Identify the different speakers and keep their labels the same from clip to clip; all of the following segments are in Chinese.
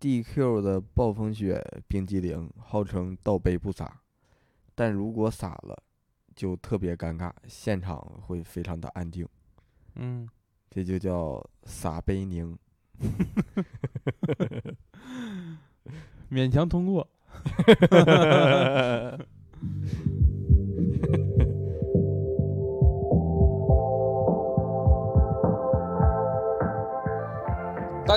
Speaker 1: DQ 的暴风雪冰激凌号称倒杯不洒，但如果洒了，就特别尴尬，现场会非常的安静，
Speaker 2: 嗯，
Speaker 1: 这就叫洒杯宁。
Speaker 2: 勉强通过。
Speaker 3: 大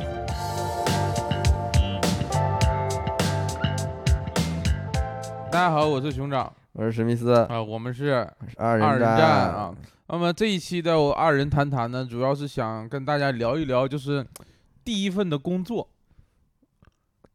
Speaker 2: 大家好，我是熊掌
Speaker 1: 我是史密斯，
Speaker 2: 啊，我们是
Speaker 1: 二
Speaker 2: 二
Speaker 1: 人
Speaker 2: 人战啊。那么这一期的我二人谈谈呢，主要是想跟大家聊一聊，就是第一份的工作，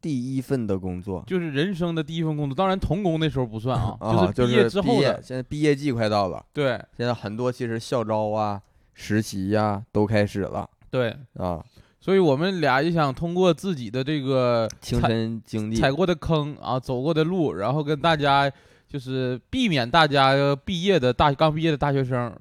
Speaker 1: 第一份的工作
Speaker 2: 就是人生的第一份工作。当然，童工那时候不算啊，
Speaker 1: 啊，
Speaker 2: 是
Speaker 1: 就
Speaker 2: 毕
Speaker 1: 是
Speaker 2: 业之后
Speaker 1: 毕业
Speaker 2: 的。
Speaker 1: 现在毕业季快到了，
Speaker 2: 对
Speaker 1: 现在很多其实校招啊、实习呀、都开始了
Speaker 2: 对，
Speaker 1: 啊，
Speaker 2: 所以我们俩就想通过自己的这个
Speaker 1: 亲
Speaker 2: 踩
Speaker 1: 身经历
Speaker 2: 踩过的坑啊，走过的路，然后跟大家就是避免大家毕业的大刚毕业的大学生，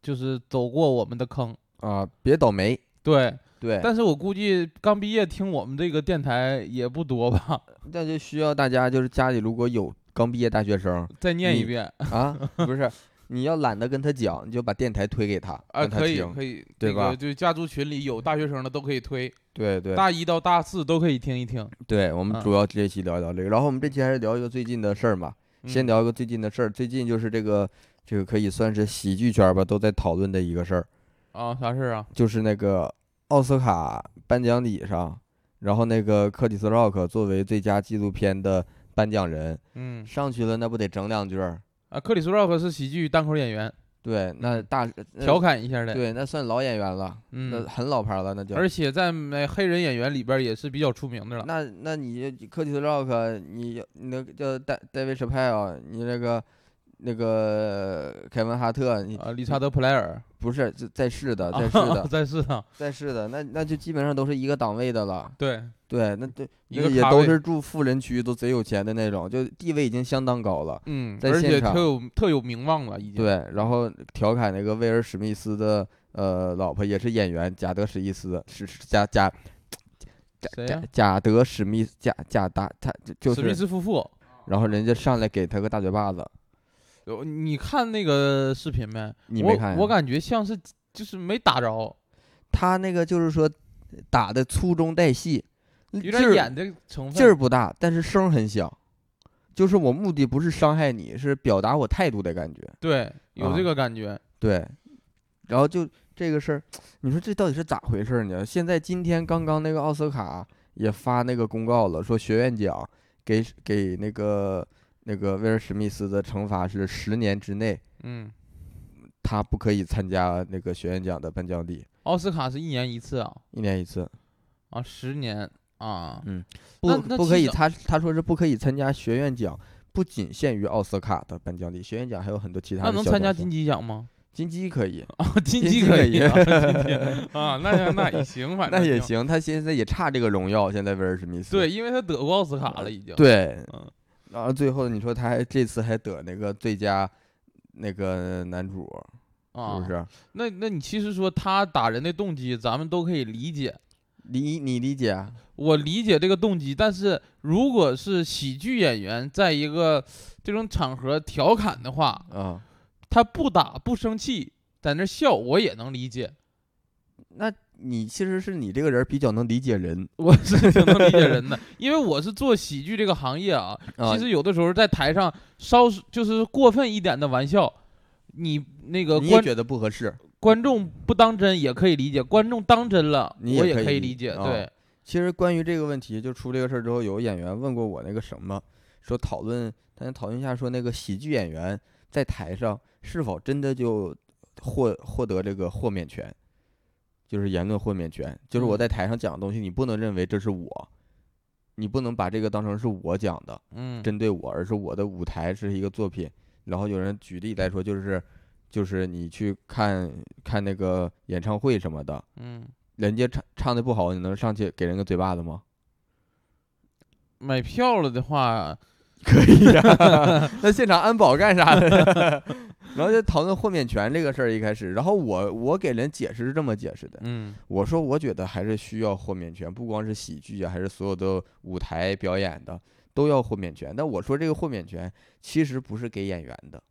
Speaker 2: 就是走过我们的坑。
Speaker 1: 啊，别倒霉。
Speaker 2: 对，
Speaker 1: 对，
Speaker 2: 但是我估计刚毕业听我们这个电台也不多吧，
Speaker 1: 那就需要大家就是家里如果有刚毕业大学 生
Speaker 2: 再念一
Speaker 1: 你
Speaker 2: 遍
Speaker 1: 啊，不是，你要懒得跟他讲，你就把电台推给他，
Speaker 2: 啊，
Speaker 1: 让他
Speaker 2: 可以
Speaker 1: 听。
Speaker 2: 可以，
Speaker 1: 对
Speaker 2: 这
Speaker 1: 吧
Speaker 2: 个就家族群里有大学生的都可以推，
Speaker 1: 对对
Speaker 2: 大一到大四都可以听一听。
Speaker 1: 对，我们
Speaker 2: 嗯
Speaker 1: 主要这一期聊一聊这个，然后我们这期还是聊一个最近的事儿嘛，先
Speaker 2: 嗯
Speaker 1: 聊一个最近的事儿，最近就是这个这个可以算是喜剧圈吧都在讨论的一个事儿，
Speaker 2: 啊，啥事儿啊？
Speaker 1: 就是那个奥斯卡颁奖礼上，然后那个克里斯洛克作为最佳纪录片的颁奖人
Speaker 2: 嗯
Speaker 1: 上去了，那不得整两句儿？
Speaker 2: 啊，克里斯洛克是喜剧单口演员，
Speaker 1: 对，那大那
Speaker 2: 调侃一下
Speaker 1: 嗯
Speaker 2: 的。
Speaker 1: 对，那算老演员了，那
Speaker 2: 嗯，
Speaker 1: 很老牌儿了，那就。
Speaker 2: 而且在美黑人演员里边儿也是比较出名的了。
Speaker 1: 那那你就科技斯洛克，你要你那个叫戴戴维·史派啊，你那个那个凯文·哈特，你嗯
Speaker 2: 啊，理查德·普莱尔，
Speaker 1: 不是就在世的，在世
Speaker 2: 啊，
Speaker 1: 的，
Speaker 2: 在世上，
Speaker 1: 在世的，那那就基本上都是一个档位的了。
Speaker 2: 对，
Speaker 1: 对，那对，
Speaker 2: 一
Speaker 1: 那
Speaker 2: 个
Speaker 1: 也
Speaker 2: 咖
Speaker 1: 都
Speaker 2: 位
Speaker 1: 是住富人区，都贼有钱的那种，就地位已经相当高了。
Speaker 2: 嗯，
Speaker 1: 在
Speaker 2: 而
Speaker 1: 现
Speaker 2: 且
Speaker 1: 场
Speaker 2: 特有特有名望了，已经。，
Speaker 1: 对，然后调侃那个威尔·史密斯的呃老婆也是演员贾德·史密斯，是是贾贾
Speaker 2: 谁
Speaker 1: 贾
Speaker 2: 哎呀？
Speaker 1: 贾德·史密斯贾贾达，他就就
Speaker 2: 史密
Speaker 1: 是，
Speaker 2: 斯夫妇。
Speaker 1: 然后人家上来给他个大嘴巴子。
Speaker 2: 呃你看那个视频没？
Speaker 1: 你
Speaker 2: 我
Speaker 1: 没看呀
Speaker 2: 我感觉像是就是没打着，
Speaker 1: 他那个就是说打的粗中带细，
Speaker 2: 有
Speaker 1: 劲
Speaker 2: 点
Speaker 1: 儿
Speaker 2: 演的成分。
Speaker 1: 劲儿不大，但是声儿很响。就是我目的不是伤害你，是表达我态度的感觉。
Speaker 2: 对，有这
Speaker 1: 啊
Speaker 2: 个感觉。
Speaker 1: 对，然后就这个事儿，你说这到底是咋回事儿呢？现在今天刚刚那个奥斯卡也发那个公告了，说学院奖给给那个那个威尔史密斯的惩罚是十年之内
Speaker 2: 嗯，
Speaker 1: 他不可以参加那个学院奖的颁奖礼，
Speaker 2: 奥斯卡是一年一次啊，
Speaker 1: 一年一次。
Speaker 2: 啊，十年啊，
Speaker 1: 嗯，
Speaker 2: 那
Speaker 1: 不
Speaker 2: 那
Speaker 1: 不
Speaker 2: 其
Speaker 1: 可
Speaker 2: 实
Speaker 1: 以，他他说是不可以参加学院奖，不仅限于奥斯卡的颁奖礼，学院奖还有很多其他
Speaker 2: 那
Speaker 1: 的
Speaker 2: 能
Speaker 1: 小
Speaker 2: 参
Speaker 1: 奖
Speaker 2: 加
Speaker 1: 项
Speaker 2: 金鸡 奖吗？
Speaker 1: 金鸡可以，
Speaker 2: 啊，金
Speaker 1: 金
Speaker 2: 鸡
Speaker 1: 鸡
Speaker 2: 可
Speaker 1: 可
Speaker 2: 以
Speaker 1: 以
Speaker 2: 啊，金 鸡啊，那那也行，反正
Speaker 1: 那也
Speaker 2: 就。
Speaker 1: 行。他现在也差这个荣耀，现在威尔史密斯
Speaker 2: 对，因为他得过奥斯卡了，已经。，
Speaker 1: 呃对
Speaker 2: 嗯，
Speaker 1: 然后最后你说他还这次还得那个最佳那个男主，
Speaker 2: 啊，
Speaker 1: 是不是？
Speaker 2: 那那你其实说他打人的动机，咱们都可以理解。
Speaker 1: 你你理解啊？
Speaker 2: 我理解这个动机，但是如果是喜剧演员在一个这种场合调侃的话，
Speaker 1: 啊
Speaker 2: 他不打不生气，在那笑，我也能理解。
Speaker 1: 那你其实是你这个人比较能理解人
Speaker 2: 我是挺能理解 人的，因为我是做喜剧这个行业啊。
Speaker 1: 啊
Speaker 2: 其，实有的时候在台上稍就是过分一点的玩笑，你那个
Speaker 1: 你也
Speaker 2: 呃观
Speaker 1: 觉得不合适。
Speaker 2: 观众不当真也可以理解，观众当真了，
Speaker 1: 你
Speaker 2: 我
Speaker 1: 也
Speaker 2: 也
Speaker 1: 可以
Speaker 2: 可以
Speaker 1: 理
Speaker 2: 理解。
Speaker 1: 啊
Speaker 2: 对，
Speaker 1: 其实关于这个问题，就出这个事儿之后，有个演员问过我那个什么，说讨论，大家讨论一下，说那个喜剧演员在台上是否真的就获获得这个豁免权，就是言论豁免权，就是我
Speaker 2: 嗯
Speaker 1: 在台上讲的东西，你不能认为这是我，你不能把这个当成是我讲的，
Speaker 2: 嗯，
Speaker 1: 针对我，而是我的舞台是一个作品。然后有人举例来说，就是就是你去看看那个演唱会什么的，
Speaker 2: 嗯，
Speaker 1: 人家唱唱的不好，你能上去给人个嘴巴子吗？
Speaker 2: 买票了的话，
Speaker 1: 可以 呀、那现场安保干啥的？然后就讨论豁免权这个事儿一开始，然后我我给人解释是这么解释的，
Speaker 2: 嗯
Speaker 1: 我说我觉得还是需要豁免权，不光是喜剧啊，还是所有的舞台表演的都要豁免权。但我说这个豁免权其实不是给演员的，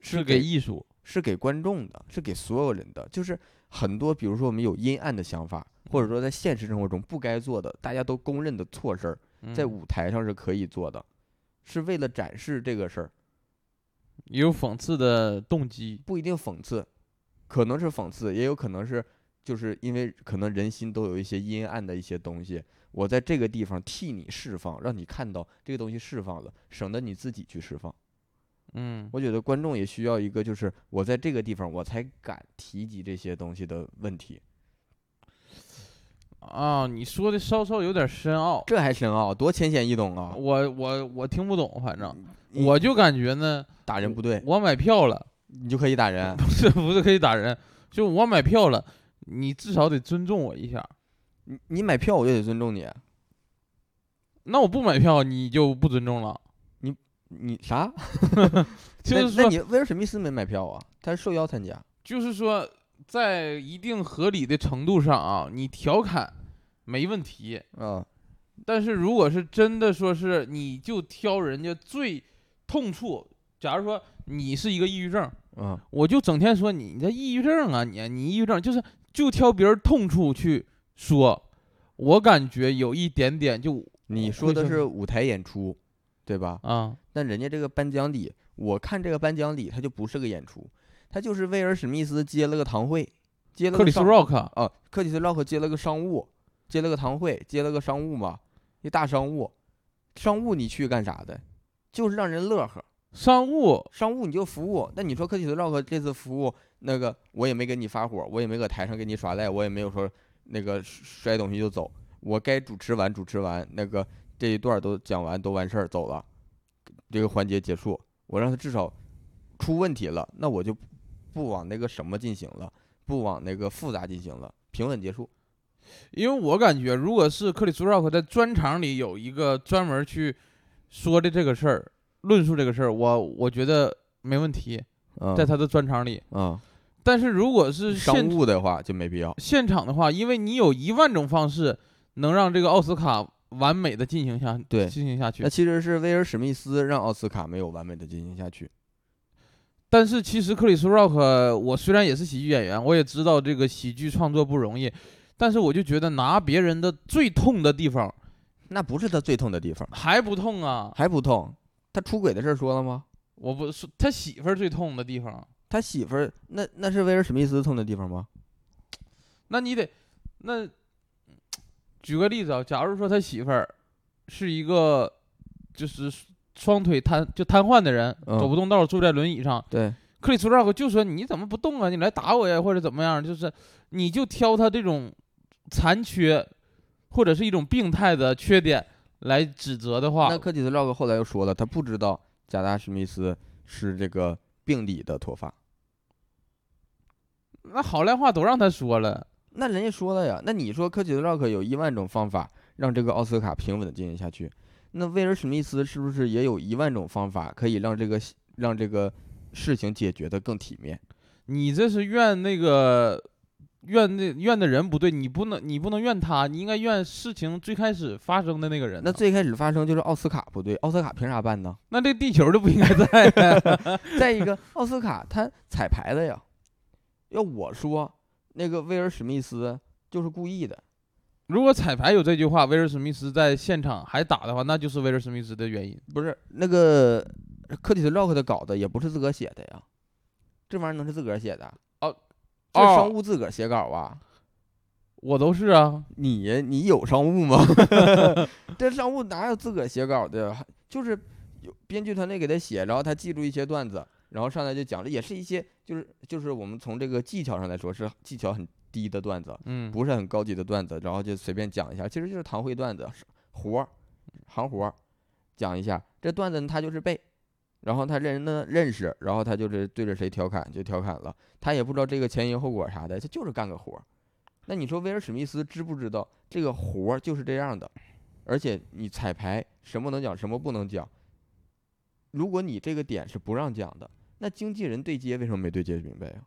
Speaker 2: 是
Speaker 1: 给
Speaker 2: 给艺术，
Speaker 1: 是给观众的，是给所有人的。就是很多，比如说我们有阴暗的想法，或者说在现实生活中不该做的，大家都公认的错事儿，在
Speaker 2: 嗯
Speaker 1: 舞台上是可以做的，是为了展示这个事儿，
Speaker 2: 也有讽刺的动机，
Speaker 1: 不一定讽刺，可能是讽刺，也有可能是就是因为可能人心都有一些阴暗的一些东西，我在这个地方替你释放，让你看到这个东西释放了，省得你自己去释放。
Speaker 2: 嗯
Speaker 1: 我觉得观众也需要一个，就是我在这个地方我才敢提及这些东西的问题。
Speaker 2: 啊，你说的稍稍有点深奥，
Speaker 1: 这还深奥，多浅显易懂啊！
Speaker 2: 我我我听不懂，反正
Speaker 1: 你
Speaker 2: 我就感觉呢，
Speaker 1: 打人不对，哎
Speaker 2: 我买票了，
Speaker 1: 你就可以打人。
Speaker 2: 不是不是可以打人，就我买票了，你至少得尊重我一下。
Speaker 1: 你你买票我就得尊重你，啊
Speaker 2: 那我不买票，你就不尊重了。
Speaker 1: 你啥？
Speaker 2: 就
Speaker 1: 那
Speaker 2: 是
Speaker 1: 那
Speaker 2: 说，
Speaker 1: 你威尔史密斯没买票啊？他是受邀参加。
Speaker 2: 就是说，在一定合理的程度上啊，你调侃没问题。
Speaker 1: 嗯，
Speaker 2: 但是如果是真的说是你就挑人家最痛处，假如说你是一个抑郁症，
Speaker 1: 嗯，
Speaker 2: 我就整天说你你这抑郁症啊，你你抑郁症就是就挑别人痛处去说，我感觉有一点点就
Speaker 1: 你
Speaker 2: 会
Speaker 1: 说的
Speaker 2: 说
Speaker 1: 是舞台演出，对吧？
Speaker 2: 啊，
Speaker 1: 但人家这个颁奖礼，我看这个颁奖礼，他就不是个演出，他就是威尔史密斯接了个堂会，接了
Speaker 2: 克
Speaker 1: 个
Speaker 2: 里斯
Speaker 1: 商
Speaker 2: rock
Speaker 1: 哦，克里斯洛克接了个商务，接了个堂会，接了个商务嘛，一大商务，商务你去干啥的？就是让人乐呵。
Speaker 2: 商务
Speaker 1: 商务你就服务。那你说科技 Rock 这次服务，那个我也没跟你发火，我也没搁台上跟你耍赖，我也没有说那个摔东西就走。我该主持完主持完，那个这一段都讲完都完事儿走了，这个环节结束。我让他至少出问题了，那我就不往那个什么进行了，不往那个复杂进行了，平稳结束。
Speaker 2: 因为我感觉，如果是克里斯洛克在专场里有一个专门去说的这个事儿，论述这个事儿，我我觉得没问题，
Speaker 1: 嗯，
Speaker 2: 在他的专场里。
Speaker 1: 嗯，
Speaker 2: 但是如果是
Speaker 1: 商
Speaker 2: 现
Speaker 1: 务的话就没必要。
Speaker 2: 现场的话，因为你有一万种方式能让这个奥斯卡完美的进行下
Speaker 1: 对
Speaker 2: 进行下去
Speaker 1: 那，其实是威尔史密斯让奥斯卡没有完美的进行下去。
Speaker 2: 但是其实克里斯洛克，我虽然也是喜剧演员，我也知道这个喜剧创作不容易，但是我就觉得拿别人的最痛的地方
Speaker 1: 那不是他最痛的地方。
Speaker 2: 还不痛啊！
Speaker 1: 还不痛？他出轨的事儿说了吗？
Speaker 2: 我不是他媳妇儿最痛的地方，
Speaker 1: 他媳妇儿那那是威尔史密斯痛的地方吗？
Speaker 2: 那你得，那举个例子啊，假如说他媳妇儿是一个就是双腿瘫就瘫痪的人，
Speaker 1: 嗯
Speaker 2: 走不动道，坐在轮椅上，
Speaker 1: 对，
Speaker 2: 克里斯洛克就说你怎么不动啊？你来打我呀，或者怎么样？就是你就挑他这种残缺或者是一种病态的缺点来指责的话
Speaker 1: 那，科里斯洛克后来又说了，他不知道贾达史密斯是这个病理的脱发。
Speaker 2: 那好赖话都让他说了。
Speaker 1: 那人家说了呀，那你说科里斯洛克有一万种方法让这个奥斯卡平稳的进行下去，那威尔史密斯是不是也有一万种方法可以让这个让这个事情解决的更体面？
Speaker 2: 你这是怨那个怨那怨的人不对，你不能你不能怨他，你应该怨事情最开始发生的那个人
Speaker 1: 那
Speaker 2: 呢。
Speaker 1: 最开始发生就是奥斯卡不对，奥斯卡凭啥办呢？
Speaker 2: 那这地球就不应该在
Speaker 1: 再一个，奥斯卡他彩排的呀。要我说，那个威尔史密斯就是故意的。
Speaker 2: 如果彩排有这句话，威尔史密斯在现场还打的话，那就是威尔史密斯的原因。
Speaker 1: 不是那个克里斯洛克的稿子也不是自个儿写的呀，这玩意儿能是自个儿写的？啊
Speaker 2: 哦，
Speaker 1: 这
Speaker 2: 哦
Speaker 1: 商务自个儿写稿啊？
Speaker 2: 我都是啊，
Speaker 1: 你你有商务吗？ 这商务哪有自个儿写稿的？呀？就是有编剧团队给他写，然后他记住一些段子，然后上来就讲了，也是一些就是就是我们从这个技巧上来说是技巧很低的段子，
Speaker 2: 嗯，
Speaker 1: 不是很高级的段子，然后就随便讲一下，其实就是堂会段子，活儿，行活儿，讲一下这段子呢，他就是背，然后他认真认识，然后他就是对着谁调侃就调侃了，他也不知道这个前因后果啥的，他就是干个活儿。那你说威尔史密斯知不知道这个活儿就是这样的？而且你彩排什么能讲，什么不能讲。如果你这个点是不让讲的，那经纪人对接为什么没对接明白呀、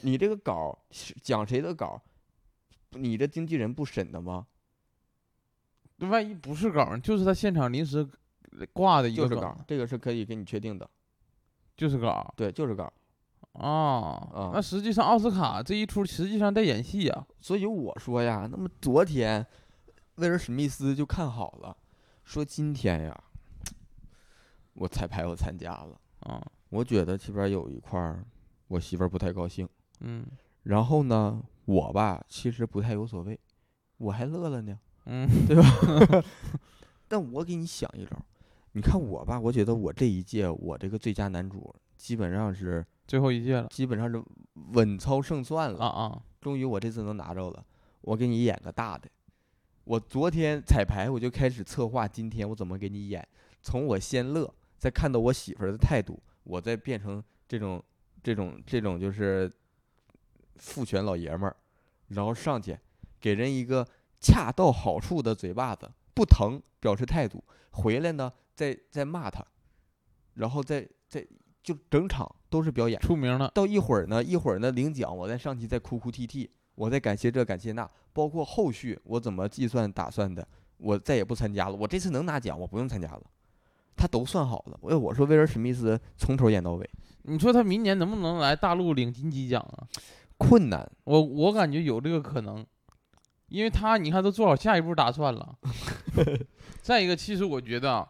Speaker 1: 你这个稿儿是讲谁的稿儿，你的经纪人不审的吗？
Speaker 2: 万一不是稿儿，就是他现场临时挂的一
Speaker 1: 就
Speaker 2: 个
Speaker 1: 是
Speaker 2: 梗
Speaker 1: 稿儿，这个是可以给你确定的。
Speaker 2: 就是稿儿
Speaker 1: 对，就是稿儿。
Speaker 2: 啊。
Speaker 1: 啊
Speaker 2: 那实际上奥斯卡这一出实际上在演戏啊。
Speaker 1: 所以我说呀，那么昨天威尔史密斯就看好了，说今天呀，我彩排我参加了，
Speaker 2: 啊，
Speaker 1: 我觉得这边有一块儿我媳妇儿不太高兴，
Speaker 2: 嗯
Speaker 1: 然后呢，我吧其实不太有所谓，我还乐了呢，
Speaker 2: 嗯，
Speaker 1: 但我给你想一招，你看我吧，我觉得我这一届我这个最佳男主基本上是
Speaker 2: 最后一届了
Speaker 1: 基本上是稳操胜算了
Speaker 2: 啊。啊，
Speaker 1: 终于我这次能拿着了，我给你演个大的。我昨天彩排我就开始策划，今天我怎么给你演？从我先乐，再看到我媳妇儿的态度，我再变成这种这种这种就是父权老爷们儿，然后上去给人一个恰到好处的嘴巴子，不疼表示态度，回来呢再再骂他，然后再再就整场都是表演。
Speaker 2: 出名了，
Speaker 1: 到一会儿呢，一会儿呢领奖，我再上去再哭哭啼啼，我再感谢这感谢那，包括后续我怎么计算打算的，我再也不参加了。我这次能拿奖，我不用参加了，他都算好了。哎我我说威尔史密斯从头演到尾，
Speaker 2: 你说他明年能不能来大陆领金鸡奖啊？
Speaker 1: 困难。
Speaker 2: 我我感觉有这个可能，因为他你看都做好下一步打 算了。再一个，其实我觉得啊，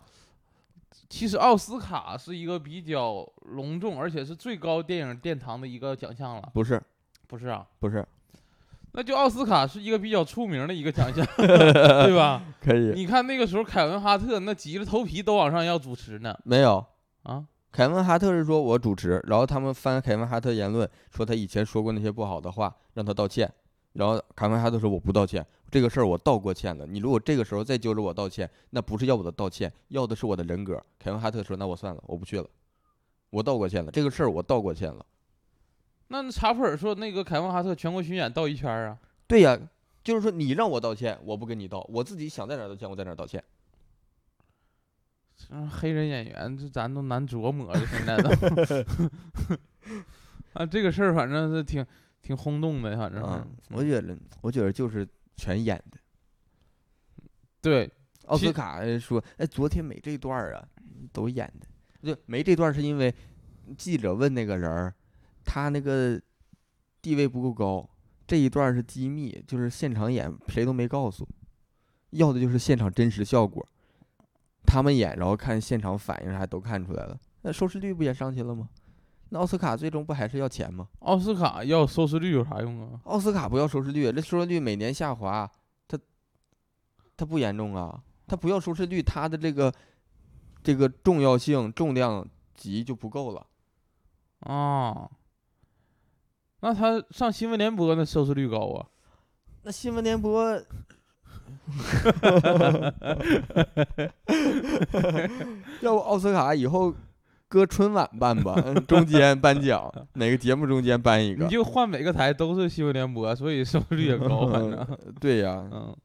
Speaker 2: 其实奥斯卡是一个比较隆重，而且是最高电影殿堂的一个奖项了，
Speaker 1: 不是
Speaker 2: 不是啊？
Speaker 1: 不是，
Speaker 2: 那就奥斯卡是一个比较出名的一个奖 项，对吧？
Speaker 1: 可以
Speaker 2: 你看那个时候凯文哈特那急了头皮都往上要主持呢
Speaker 1: 没有。
Speaker 2: 啊！
Speaker 1: 凯文哈特是说我主持，然后他们翻凯文哈特言论，说他以前说过那些不好的话，让他道歉。然后凯文哈特说我不道歉，这个事儿我道过歉了。你如果这个时候再揪着我道歉，那不是要我的道歉，要的是我的人格。凯文哈特说那我算了，我不去了，我道过歉了，这个事儿我道过歉了。
Speaker 2: 那查普尔说那个凯文哈特全国巡演到一圈儿啊，
Speaker 1: 对呀、就是说你让我道歉，我不跟你道，我自己想在哪儿道歉我在哪儿道歉。
Speaker 2: 嗯，黑人演员这咱都难琢磨了，现在都啊，这个事儿反正是挺挺轰动的，反正是、
Speaker 1: 嗯，我觉得我觉得就是全演的。
Speaker 2: 对
Speaker 1: 奥
Speaker 2: 其
Speaker 1: 斯卡说：“哎，昨天没这段儿啊，都演的，就没这段儿是因为记者问那个人儿，他那个地位不够高，这一段儿是机密，就是现场演，谁都没告诉，要的就是现场真实效果。他们演，然后看现场反应啥都看出来了，那收视率不也上去了吗？那奥斯卡最终不还是要钱吗？
Speaker 2: 奥斯卡要收视率有啥用啊？
Speaker 1: 奥斯卡不要收视率，这收视率每年下滑，它它不严重啊，它不要收视率，它的这个这个重要性、重量级就不够了。
Speaker 2: 啊，那他上新闻联播那收视率高啊？
Speaker 1: 那新闻联播， 要不奥斯卡以后搁春晚办吧，嗯中间颁奖，哪个节目中间颁一
Speaker 2: 你
Speaker 1: 个？
Speaker 2: 就换每个台都是新闻联播，所以收视率也高， 反正
Speaker 1: 对呀、
Speaker 2: 嗯，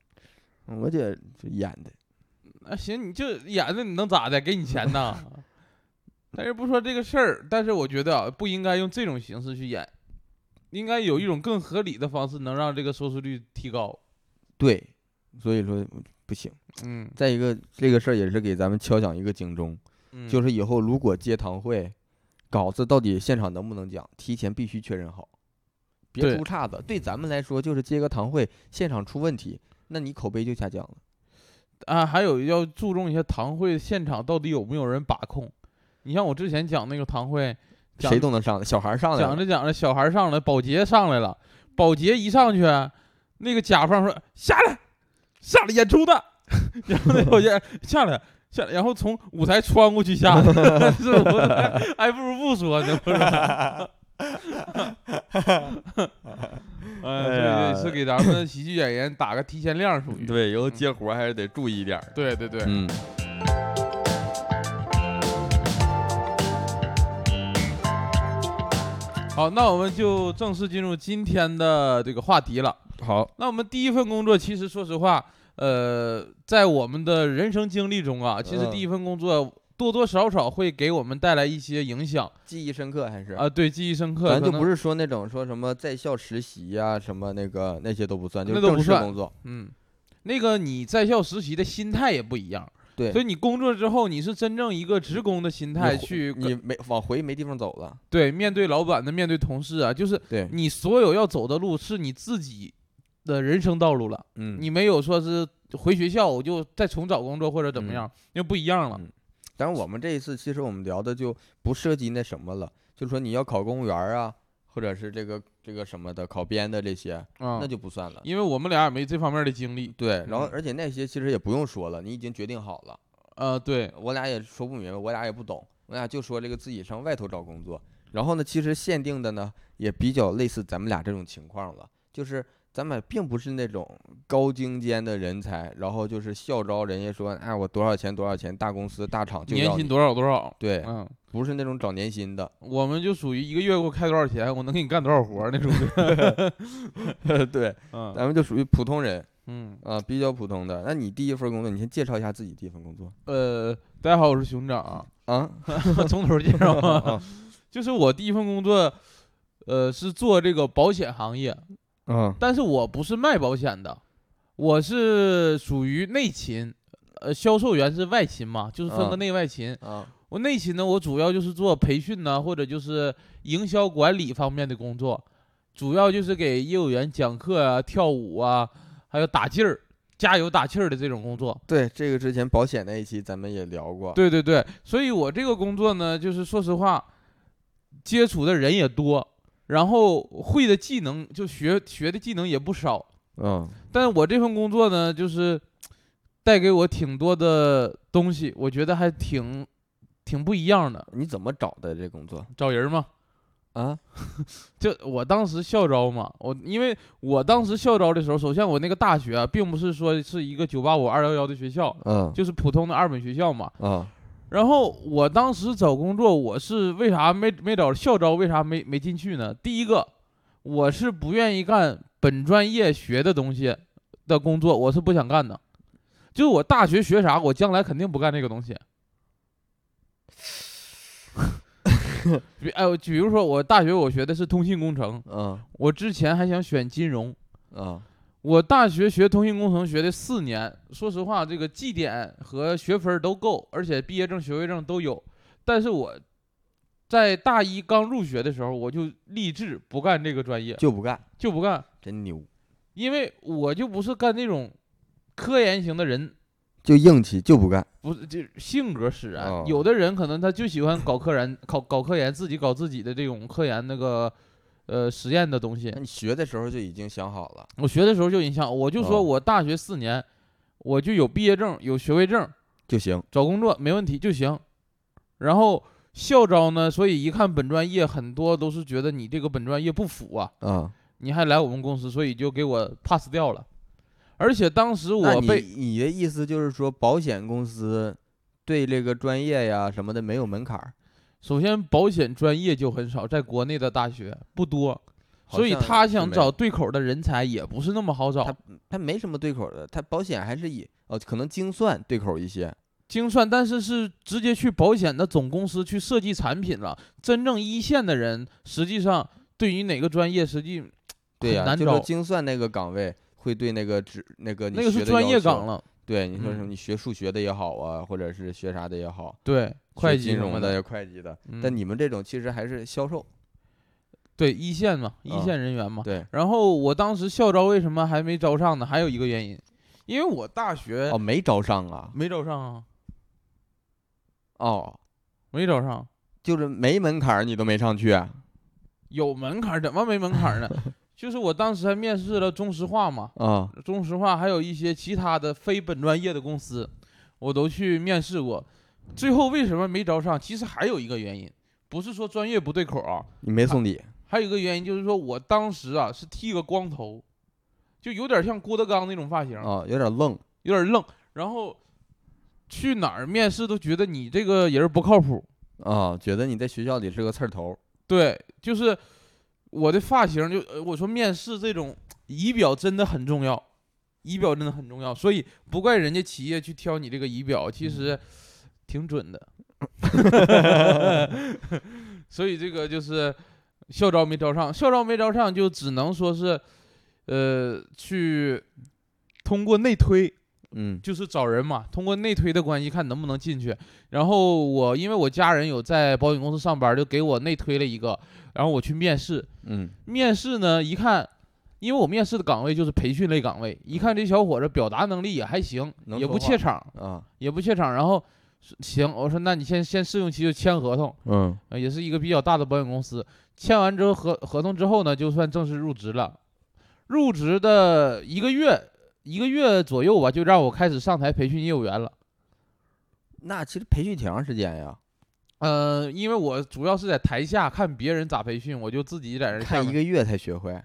Speaker 1: 我觉得就演的。”
Speaker 2: 那、行，你就演着你能咋的？给你钱 呐？但是不说这个事儿，但是我觉得啊，不应该用这种形式去演，应该有一种更合理的方式，能让这个收视率提高。
Speaker 1: 对，所以说不行。
Speaker 2: 嗯，
Speaker 1: 再一个，这个事儿也是给咱们敲响一个警钟，
Speaker 2: 嗯
Speaker 1: 就是以后如果接堂会，稿子到底现场能不能讲，提前必须确认好，别
Speaker 2: 对
Speaker 1: 出岔子。对咱们来说，就是接个堂会，现场出问题，那你口碑就下降了。
Speaker 2: 啊，还有要注重一下堂会现场到底有没有人把控。你像我之前讲那个堂会，讲
Speaker 1: 谁都能上来，小孩儿上来
Speaker 2: 讲
Speaker 1: 了，
Speaker 2: 着讲着，小孩上来，保洁上来了，保洁一上去，那个甲方说下来，下来演出的， 然后那保洁下来。下来，然后从舞台穿过去下来， 是不是？还不如不说呢，不是？
Speaker 1: 哎
Speaker 2: 哎，所以这是给咱们的喜剧演员打个提前量，属于。
Speaker 4: 对，以后接活儿还是得注意点儿。
Speaker 2: 对对对，
Speaker 4: 嗯，
Speaker 2: 好，那我们就正式进入今天的这个话题了。
Speaker 4: 好，
Speaker 2: 那我们第一份工作，其实说实话，呃，在我们的人生经历中啊，其实
Speaker 1: 嗯
Speaker 2: 第一份工作多多少少会给我们带来一些影响
Speaker 1: 记忆深刻还是
Speaker 2: 啊、对，记忆深刻。
Speaker 1: 咱
Speaker 2: 可
Speaker 1: 就
Speaker 2: 能
Speaker 1: 不，是说那种说什么在校实习呀、什么那个那些都不算，就
Speaker 2: 那
Speaker 1: 是
Speaker 2: 都
Speaker 1: 正
Speaker 2: 不
Speaker 1: 式
Speaker 2: 算
Speaker 1: 工作。
Speaker 2: 嗯，那个你在校实习的心态也不一样，
Speaker 1: 对
Speaker 2: 所以你工作之后，你是真正一个职工的心
Speaker 1: 回
Speaker 2: 态去
Speaker 1: 你没往回没地方走了，
Speaker 2: 对面对老板的，面对同事啊，就是
Speaker 1: 对，
Speaker 2: 你所有要走的路是你自己的人生道路了。
Speaker 1: 嗯，
Speaker 2: 你没有说是回学校我就再重找工作或者怎么
Speaker 1: 嗯
Speaker 2: 样，那不一样了
Speaker 1: 嗯。但是我们这一次其实我们聊的就不涉及那什么了，就说你要考公务员儿啊，或者是这个这个什么的考编的这些，
Speaker 2: 啊，
Speaker 1: 嗯那就不算了。
Speaker 2: 因为我们俩也没这方面的经历。
Speaker 1: 对，然后
Speaker 2: 嗯
Speaker 1: 而且那些其实也不用说了，你已经决定好了。
Speaker 2: 呃，对，
Speaker 1: 我俩也说不明白，我俩也不懂，我俩就说这个自己上外头找工作。然后呢，其实限定的呢也比较类似咱们俩这种情况了，就是咱们并不是那种高精尖的人才，然后就是校招人家说，哎，我多少钱多少钱，大公司大厂就
Speaker 2: 年
Speaker 1: 要
Speaker 2: 薪
Speaker 1: 你，
Speaker 2: 多少多少。
Speaker 1: 对，
Speaker 2: 嗯，
Speaker 1: 不是那种找年薪的，
Speaker 2: 我们就属于一个月给我开多少钱，我能给你干多少活儿那种的。
Speaker 1: 对，
Speaker 2: 嗯
Speaker 1: 咱们就属于普通人
Speaker 2: 嗯，
Speaker 1: 啊、比较普通的。那你第一份工作，你先介绍一下自己第一份工作
Speaker 2: 呃，大家好，我是熊掌啊，
Speaker 1: 啊？
Speaker 2: 从头介绍啊。
Speaker 1: 啊
Speaker 2: 就是我第一份工作，呃，是做这个保险行业，
Speaker 1: 嗯
Speaker 2: 但是我不是卖保险的，我是属于内勤，呃，销售员是外勤嘛，就是分个
Speaker 1: 嗯
Speaker 2: 内外勤。
Speaker 1: 啊
Speaker 2: 我内勤呢，我主要就是做培训呢，或者就是营销管理方面的工作，主要就是给业务员讲课啊、跳舞啊，还有打劲儿、加油打气儿的这种工作。
Speaker 1: 对，这个之前保险那一期咱们也聊过，
Speaker 2: 对对对，所以我这个工作呢，就是说实话，接触的人也多，然后会的技能就学学的技能也不少，
Speaker 1: 嗯
Speaker 2: 但是我这份工作呢，就是带给我挺多的东西，我觉得还挺挺不一样的。
Speaker 1: 你怎么找的这工作
Speaker 2: 找人嘛，
Speaker 1: 啊？
Speaker 2: 就我当时校招嘛，我因为我当时校招的时候，首先我那个大学、啊、并不是说是一个九八五二幺幺的学校，
Speaker 1: 嗯
Speaker 2: 就是普通的二本学校嘛。
Speaker 1: 啊
Speaker 2: 然后我当时找工作，我是为啥没没找校招，为啥没没进去呢？第一个，我是不愿意干本专业学的东西的工作，我是不想干的。就是我大学学啥，我将来肯定不干这个东西。 比哎，我比如说我大学我学的是通信工程，
Speaker 1: 嗯
Speaker 2: 我之前还想选金融，
Speaker 1: 啊
Speaker 2: 我大学学通信工程学的四年，说实话，这个绩点和学分儿都够，而且毕业证、学位证都有。但是我在大一刚入学的时候，我就立志不干这个专业，
Speaker 1: 就不干，
Speaker 2: 就不干，
Speaker 1: 真牛，
Speaker 2: 因为我就不是干那种科研型的人，
Speaker 1: 就硬气就不干。
Speaker 2: 不是就性格使然。
Speaker 1: 哦
Speaker 2: 有的人可能他就喜欢搞科研，搞搞科研，自己搞自己的这种科研那个呃实验的东西。
Speaker 1: 那你学的时候就已经想好了，
Speaker 2: 我学的时候就影响，我就说
Speaker 1: 哦
Speaker 2: 我大学四年，我就有毕业证，有学位证，
Speaker 1: 就行。
Speaker 2: 找工作没问题就行。然后校招呢，所以一看本专业，很多都是觉得你这个本专业不符啊，
Speaker 1: 啊，
Speaker 2: 你还来我们公司，所以就给我 pass 掉了。而且当时
Speaker 1: 那
Speaker 2: 我
Speaker 1: 你
Speaker 2: 被
Speaker 1: 你的意思就是说，保险公司对这个专业呀什么的没有门槛儿，
Speaker 2: 首先保险专业就很少，在国内的大学不多，
Speaker 1: 好
Speaker 2: 所以
Speaker 1: 像
Speaker 2: 他
Speaker 1: 是
Speaker 2: 想
Speaker 1: 没
Speaker 2: 找
Speaker 1: 有
Speaker 2: 对口的人才也不是那么好找
Speaker 1: 他。他没什么对口的，他保险还是以哦，可能精算对口一些。
Speaker 2: 精算，但是是直接去保险的总公司去设计产品了。真正一线的人，实际上对于哪个专业，实际
Speaker 1: 对
Speaker 2: 很
Speaker 1: 呀、
Speaker 2: 难
Speaker 1: 就说
Speaker 2: 找
Speaker 1: 精算那个岗位会对那个职那个你
Speaker 2: 那个
Speaker 1: 学
Speaker 2: 是
Speaker 1: 的
Speaker 2: 专
Speaker 1: 要
Speaker 2: 业
Speaker 1: 求
Speaker 2: 岗。了。
Speaker 1: 对，你说什么？
Speaker 2: 嗯
Speaker 1: 你学数学的也好啊，或者是学啥的也好，
Speaker 2: 对，会
Speaker 1: 学
Speaker 2: 计
Speaker 1: 金
Speaker 2: 什么
Speaker 1: 融
Speaker 2: 的，
Speaker 1: 的、会计的，但
Speaker 2: 嗯
Speaker 1: 你们这种其实还是销售，
Speaker 2: 对一线嘛，一
Speaker 1: 啊
Speaker 2: 线人员嘛。
Speaker 1: 对，
Speaker 2: 然后我当时校招为什么还没招上呢？还有一个原因，因为我大学
Speaker 1: 哦，没招上啊，
Speaker 2: 没招上啊，
Speaker 1: 哦，
Speaker 2: 没招上，
Speaker 1: 就是没门槛儿你都没上去啊，
Speaker 2: 有门槛儿怎么没门槛儿呢？ 就是我当时还面试了中石化嘛，
Speaker 1: 啊
Speaker 2: 中石化还有一些其他的非本专业的公司，我都去面试过，最后为什么没招上？其实还有一个原因，不是说专业不对口啊，
Speaker 1: 你没送礼，
Speaker 2: 还有一个原因就是说我当时啊是剃个光头，就有点像郭德纲那种发型，
Speaker 1: 啊，有点愣，
Speaker 2: 有点愣。然后去哪儿面试都觉得你这个人不靠谱。
Speaker 1: 啊，觉得你在学校里是个刺儿头，
Speaker 2: 对，就是我的发型就呃我说面试这种仪表真的很重要，仪表真的很重要，所以不怪人家企业去挑你这个仪表，其实挺准 的。所以这个就是校招没招上，校招没招上就只能说是，呃，去通过内推，
Speaker 1: 嗯
Speaker 2: 就是找人嘛，通过内推的关系看能不能进去。然后我因为我家人有在保险公司上班，就给我内推了一个，然后我去面试。
Speaker 1: 嗯
Speaker 2: 面试呢，一看，因为我面试的岗位就是培训类岗位，一看这小伙子表达能力也还行，
Speaker 1: 能
Speaker 2: 也
Speaker 1: 说
Speaker 2: 不怯场，
Speaker 1: 啊，
Speaker 2: 也不怯场。然后是行，我说那你先先试用期就签合同，
Speaker 1: 嗯
Speaker 2: 呃也是一个比较大的保险公司。签完之后合合同之后呢，就算正式入职了。入职的一个月一个月左右吧，就让我开始上台培训业务员了。
Speaker 1: 那其实培训挺长时间呀，
Speaker 2: 呃，因为我主要是在台下看别人咋培训，我就自己在这
Speaker 1: 看一个月才学会，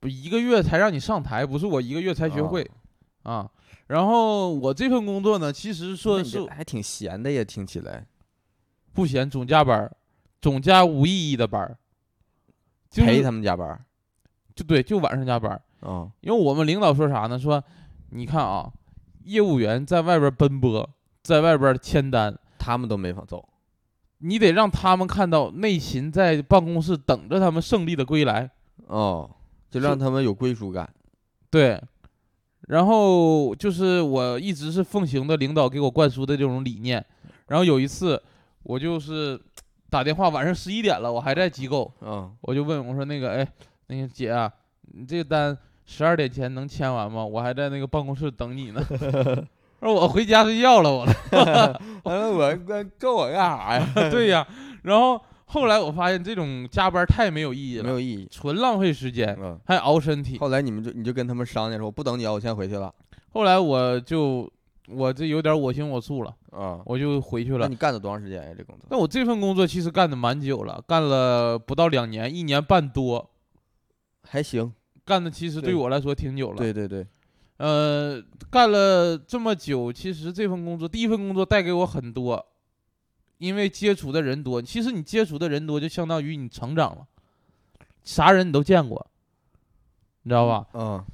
Speaker 2: 不一个月才让你上台，不是我一个月才学
Speaker 1: 啊
Speaker 2: 会啊然后我这份工作呢，其实
Speaker 1: 那
Speaker 2: 说
Speaker 1: 你这
Speaker 2: 是
Speaker 1: 还挺闲的也听起来，
Speaker 2: 不嫌总加班儿，总加无意义的班儿，就
Speaker 1: 陪
Speaker 2: 是
Speaker 1: 他们加班儿，
Speaker 2: 就对，就晚上加班儿。
Speaker 1: 啊
Speaker 2: 因为我们领导说啥呢？说你看啊，业务员在外边奔波，在外边签单，
Speaker 1: 他们都没法走，
Speaker 2: 你得让他们看到内勤在办公室等着他们胜利的归来。
Speaker 1: 哦，就是让他们有归属感，
Speaker 2: 对，然后就是我一直是奉行的领导给我灌输的这种理念。然后有一次，我就是打电话，晚上十一点了，我还在机构，
Speaker 1: 嗯
Speaker 2: 我就问我说那个哎，那个姐啊，你这个单十二点前能签完吗？我还在那个办公室等你呢。 我说我回家睡觉了， 我
Speaker 1: 哎，我跟跟我干啥呀？
Speaker 2: 对呀、然后后来我发现这种加班太没有意义
Speaker 1: 没
Speaker 2: 了，
Speaker 1: 有意义，
Speaker 2: 纯浪费时 间，
Speaker 1: 嗯。
Speaker 2: 还熬身体。
Speaker 1: 后来你们就你就跟他们商量说，我不等你啊，我先回去了
Speaker 2: 后来我就我这有点我行我素了，
Speaker 1: 啊。
Speaker 2: 我就回去
Speaker 1: 那
Speaker 2: 了
Speaker 1: 你。干了多长时间呀？这工作
Speaker 2: 但我这份工作其实干的蛮久了，干了不到两年，一年半多，
Speaker 1: 还行，
Speaker 2: 干的其实对
Speaker 1: 对
Speaker 2: 我来说挺久了。
Speaker 1: 对对对，
Speaker 2: 呃，干了这么久，其实这份工作，第一份工作带给我很多，因为接触的人多。其实你接触的人多，就相当于你成长了，啥人你都见过，你知道吧？
Speaker 1: 嗯。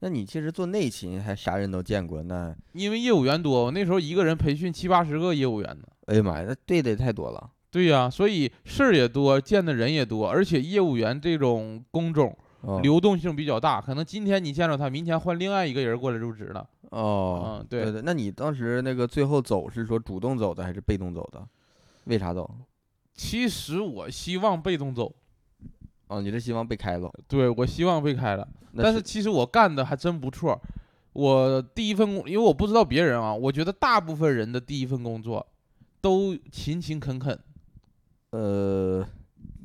Speaker 1: 那你其实做内勤还啥人都见过，那
Speaker 2: 因为业务员多，我那时候一个人培训七八十个业务员呢。
Speaker 1: 哎呀妈呀，那对的也太多了，
Speaker 2: 对呀、所以事儿也多，见的人也多，而且业务员这种工种
Speaker 1: 哦
Speaker 2: 流动性比较大，可能今天你见着他，明天换另外一个人过来入职了。
Speaker 1: 哦，
Speaker 2: 嗯，
Speaker 1: 对对。那你当时那个最后走是说主动走的还是被动走的？为啥走？
Speaker 2: 其实我希望被动走，
Speaker 1: 哦，你是希望被开了，
Speaker 2: 对我希望被开了。
Speaker 1: 那
Speaker 2: 但是其实我干的还真不错。我第一份工，因为我不知道别人啊，我觉得大部分人的第一份工作都勤勤恳恳，
Speaker 1: 呃，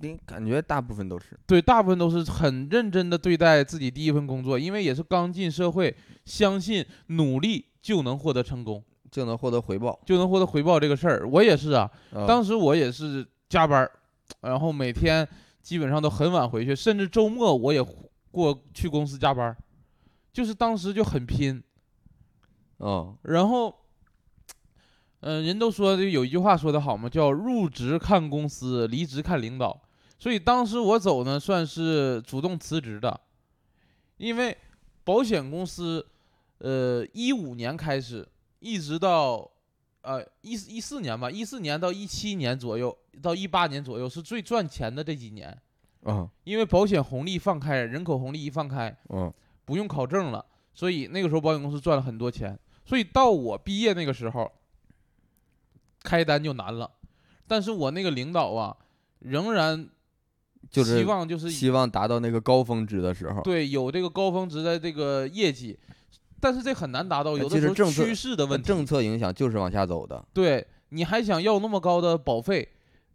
Speaker 1: 你感觉大部分都是，
Speaker 2: 对，大部分都是很认真的对待自己第一份工作，因为也是刚进社会，相信努力就能获得成功，
Speaker 1: 就能获得回报。
Speaker 2: 就能获得回报这个事儿。我也是啊，
Speaker 1: 啊
Speaker 2: 当时我也是加班儿，然后每天基本上都很晚回去，甚至周末我也过去公司加班儿，就是当时就很拼。
Speaker 1: 哦，
Speaker 2: 然后，嗯、人都说这有一句话说得好嘛，叫“入职看公司，离职看领导”。所以当时我走呢，算是主动辞职的，因为保险公司，呃，一五年开始，一直到呃一一四年吧，一四年到一七年左右，到一八年左右是最赚钱的这几年，
Speaker 1: 啊，
Speaker 2: 因为保险红利放开，人口红利一放开，
Speaker 1: 嗯，
Speaker 2: 不用考证了，所以那个时候保险公司赚了很多钱。所以到我毕业那个时候，开单就难了。但是我那个领导啊，仍然
Speaker 1: 就是
Speaker 2: 希望就是
Speaker 1: 希望达到那个高峰值的时候。
Speaker 2: 对有这个高峰值的这个业绩，但是这很难达到，有
Speaker 1: 哎其实
Speaker 2: 的时候
Speaker 1: 政策
Speaker 2: 趋势的
Speaker 1: 那
Speaker 2: 问题，
Speaker 1: 政策影响就是往下走的。
Speaker 2: 对你还想要那么高的保费，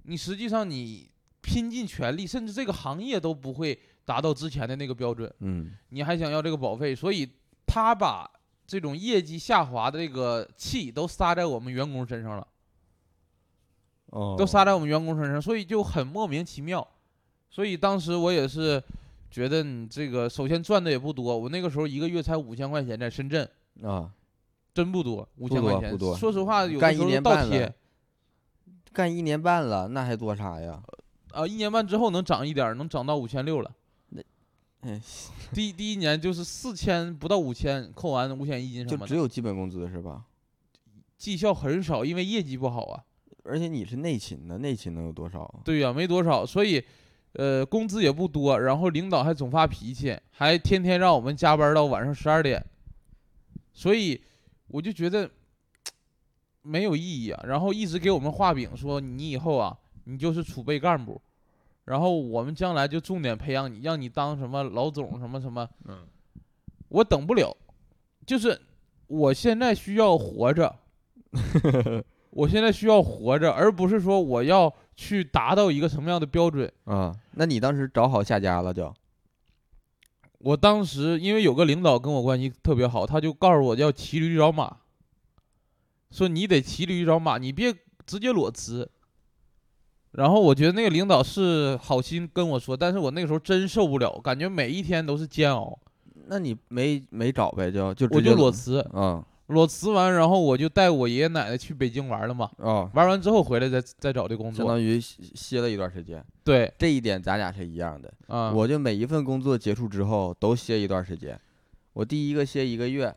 Speaker 2: 你实际上你拼尽全力，甚至这个行业都不会达到之前的那个标准。
Speaker 1: 嗯，
Speaker 2: 你还想要这个保费，所以他把这种业绩下滑的这个气都撒在我们员工身上了，
Speaker 1: 哦
Speaker 2: 都撒在我们员工身上，所以就很莫名其妙。所以当时我也是觉得你这个首先赚的也不多，我那个时候一个月才五千块钱，在深圳
Speaker 1: 啊，
Speaker 2: 真不多，五
Speaker 1: 不
Speaker 2: 千块
Speaker 1: 多
Speaker 2: 钱。
Speaker 1: 不多嗯
Speaker 2: 说实话，有的
Speaker 1: 干
Speaker 2: 时
Speaker 1: 一
Speaker 2: 候
Speaker 1: 年
Speaker 2: 倒
Speaker 1: 半
Speaker 2: 贴
Speaker 1: 了干一年半了，那还多啥呀？
Speaker 2: 啊、一年半之后能涨一点儿，能涨到五千六了。呃
Speaker 1: 哎，
Speaker 2: 第第一年就是四千不到五千，扣完五险一金
Speaker 1: 就
Speaker 2: 什么
Speaker 1: 只
Speaker 2: 的，
Speaker 1: 有基本工资是吧？
Speaker 2: 绩效很少，因为业绩不好啊。
Speaker 1: 而且你是内勤的，内勤能有多少啊？
Speaker 2: 对呀、没多少，所以，呃，工资也不多，然后领导还总发脾气，还天天让我们加班到晚上十二点，所以我就觉得没有意义啊。然后一直给我们画饼说，你以后啊，你就是储备干部，然后我们将来就重点培养你，让你当什么老总什么什么。
Speaker 4: 嗯，
Speaker 2: 我等不了，就是我现在需要 活着，我现在需要活着，而不是说我要去达到一个什么样的标准。
Speaker 1: 啊，那你当时找好下家了就？
Speaker 2: 我当时因为有个领导跟我关系特别好，他就告诉我要骑驴找马，说你得骑驴找马，你别直接裸辞。然后我觉得那个领导是好心跟我说，但是我那个时候真受不了，感觉每一天都是煎熬，
Speaker 1: 那你没没找呗就就
Speaker 2: 我
Speaker 1: 直接
Speaker 2: 就裸辞。
Speaker 1: 嗯
Speaker 2: 裸辞完，然后我就带我爷爷奶奶去北京玩了嘛，
Speaker 1: 哦，
Speaker 2: 玩完之后回来再再找的工
Speaker 1: 相
Speaker 2: 作。
Speaker 1: 当于歇歇了一段时间。
Speaker 2: 对，
Speaker 1: 这一点咱俩是一样的，
Speaker 2: 啊、
Speaker 1: 我就每一份工作结束之后都歇一段时间。我第一个歇一个月，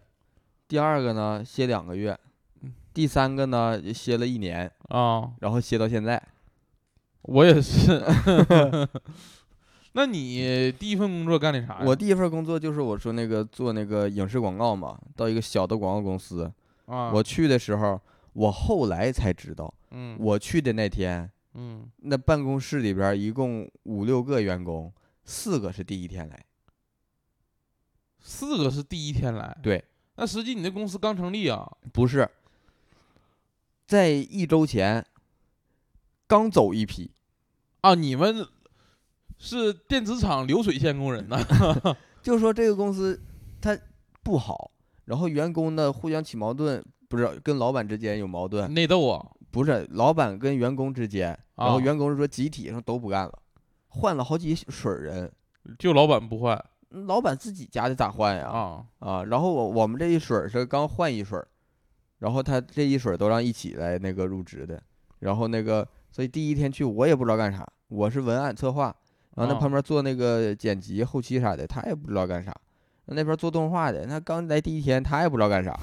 Speaker 1: 第二个呢歇两个月，
Speaker 2: 嗯
Speaker 1: 第三个呢就歇了一年，
Speaker 2: 啊，
Speaker 1: 然后歇到现在。
Speaker 2: 我也是。 那你第一份工作干的啥呀？
Speaker 1: 我第一份工作就是我说那个做那个影视广告嘛，到一个小的广告公司。
Speaker 2: 啊，
Speaker 1: 我去的时候，我后来才知道，
Speaker 2: 嗯
Speaker 1: 我去的那天，
Speaker 2: 嗯，
Speaker 1: 那办公室里边儿一共五六个员工，四个是第一天来。
Speaker 2: 嗯四个是第一天来，
Speaker 1: 对，
Speaker 2: 那实际你那公司刚成立啊，
Speaker 1: 不是，在一周前刚走一批，
Speaker 2: 啊，你们是电子厂流水线工人 呐，
Speaker 1: 就说这个公司它不好，然后员工呢互相起矛盾，不是跟老板之间有矛盾，
Speaker 2: 内斗啊，
Speaker 1: 不是老板跟员工之间，然后
Speaker 2: 啊
Speaker 1: 员工说集体上都不干了，换了好几水儿人，
Speaker 2: 就老板不换
Speaker 1: 老板自己家里咋换呀？
Speaker 2: 啊，
Speaker 1: 啊，然后我我们这一水儿是刚换一水儿，然后他这一水儿都让一起来那个入职的，然后那个所以第一天去我也不知道干啥，我是文案策划，然后那
Speaker 2: 啊
Speaker 1: 旁边做那个剪辑后期啥的，他也不知道干啥。那边做动画的，他刚来第一天，他也不知道干啥，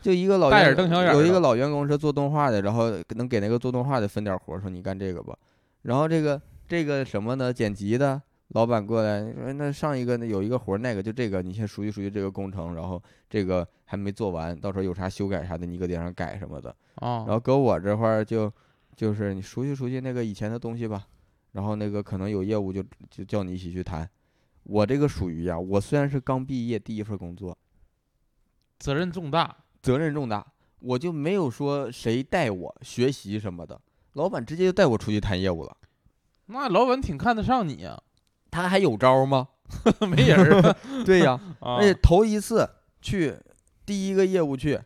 Speaker 1: 就一个老
Speaker 2: 大眼
Speaker 1: 员
Speaker 2: 儿瞪小眼
Speaker 1: 有
Speaker 2: 儿
Speaker 1: 一个
Speaker 2: 的
Speaker 1: 老员工是做动画的，然后能给那个做动画的分点儿活儿，说你干这个吧。然后这个这个什么呢？剪辑的老板过来说，那上一个那有一个活儿，那个就这个，你先熟悉熟悉这个工程，然后这个还没做完，到时候有啥修改啥的，你搁顶上改什么的。
Speaker 2: 啊
Speaker 1: 然后搁我这块儿就就是你熟悉熟悉那个以前的东西吧，然后那个可能有业务就就叫你一起去谈。我这个属于呀、我虽然是刚毕业第一份工作，
Speaker 2: 责任重大，
Speaker 1: 责任重大，我就没有说谁带我学习什么的，老板直接就带我出去谈业务了。
Speaker 2: 那老板挺看得上你啊，
Speaker 1: 他还有招儿吗？
Speaker 2: 没人儿啊
Speaker 1: 对呀、
Speaker 2: 啊
Speaker 1: 而且头一次去第一个业务去，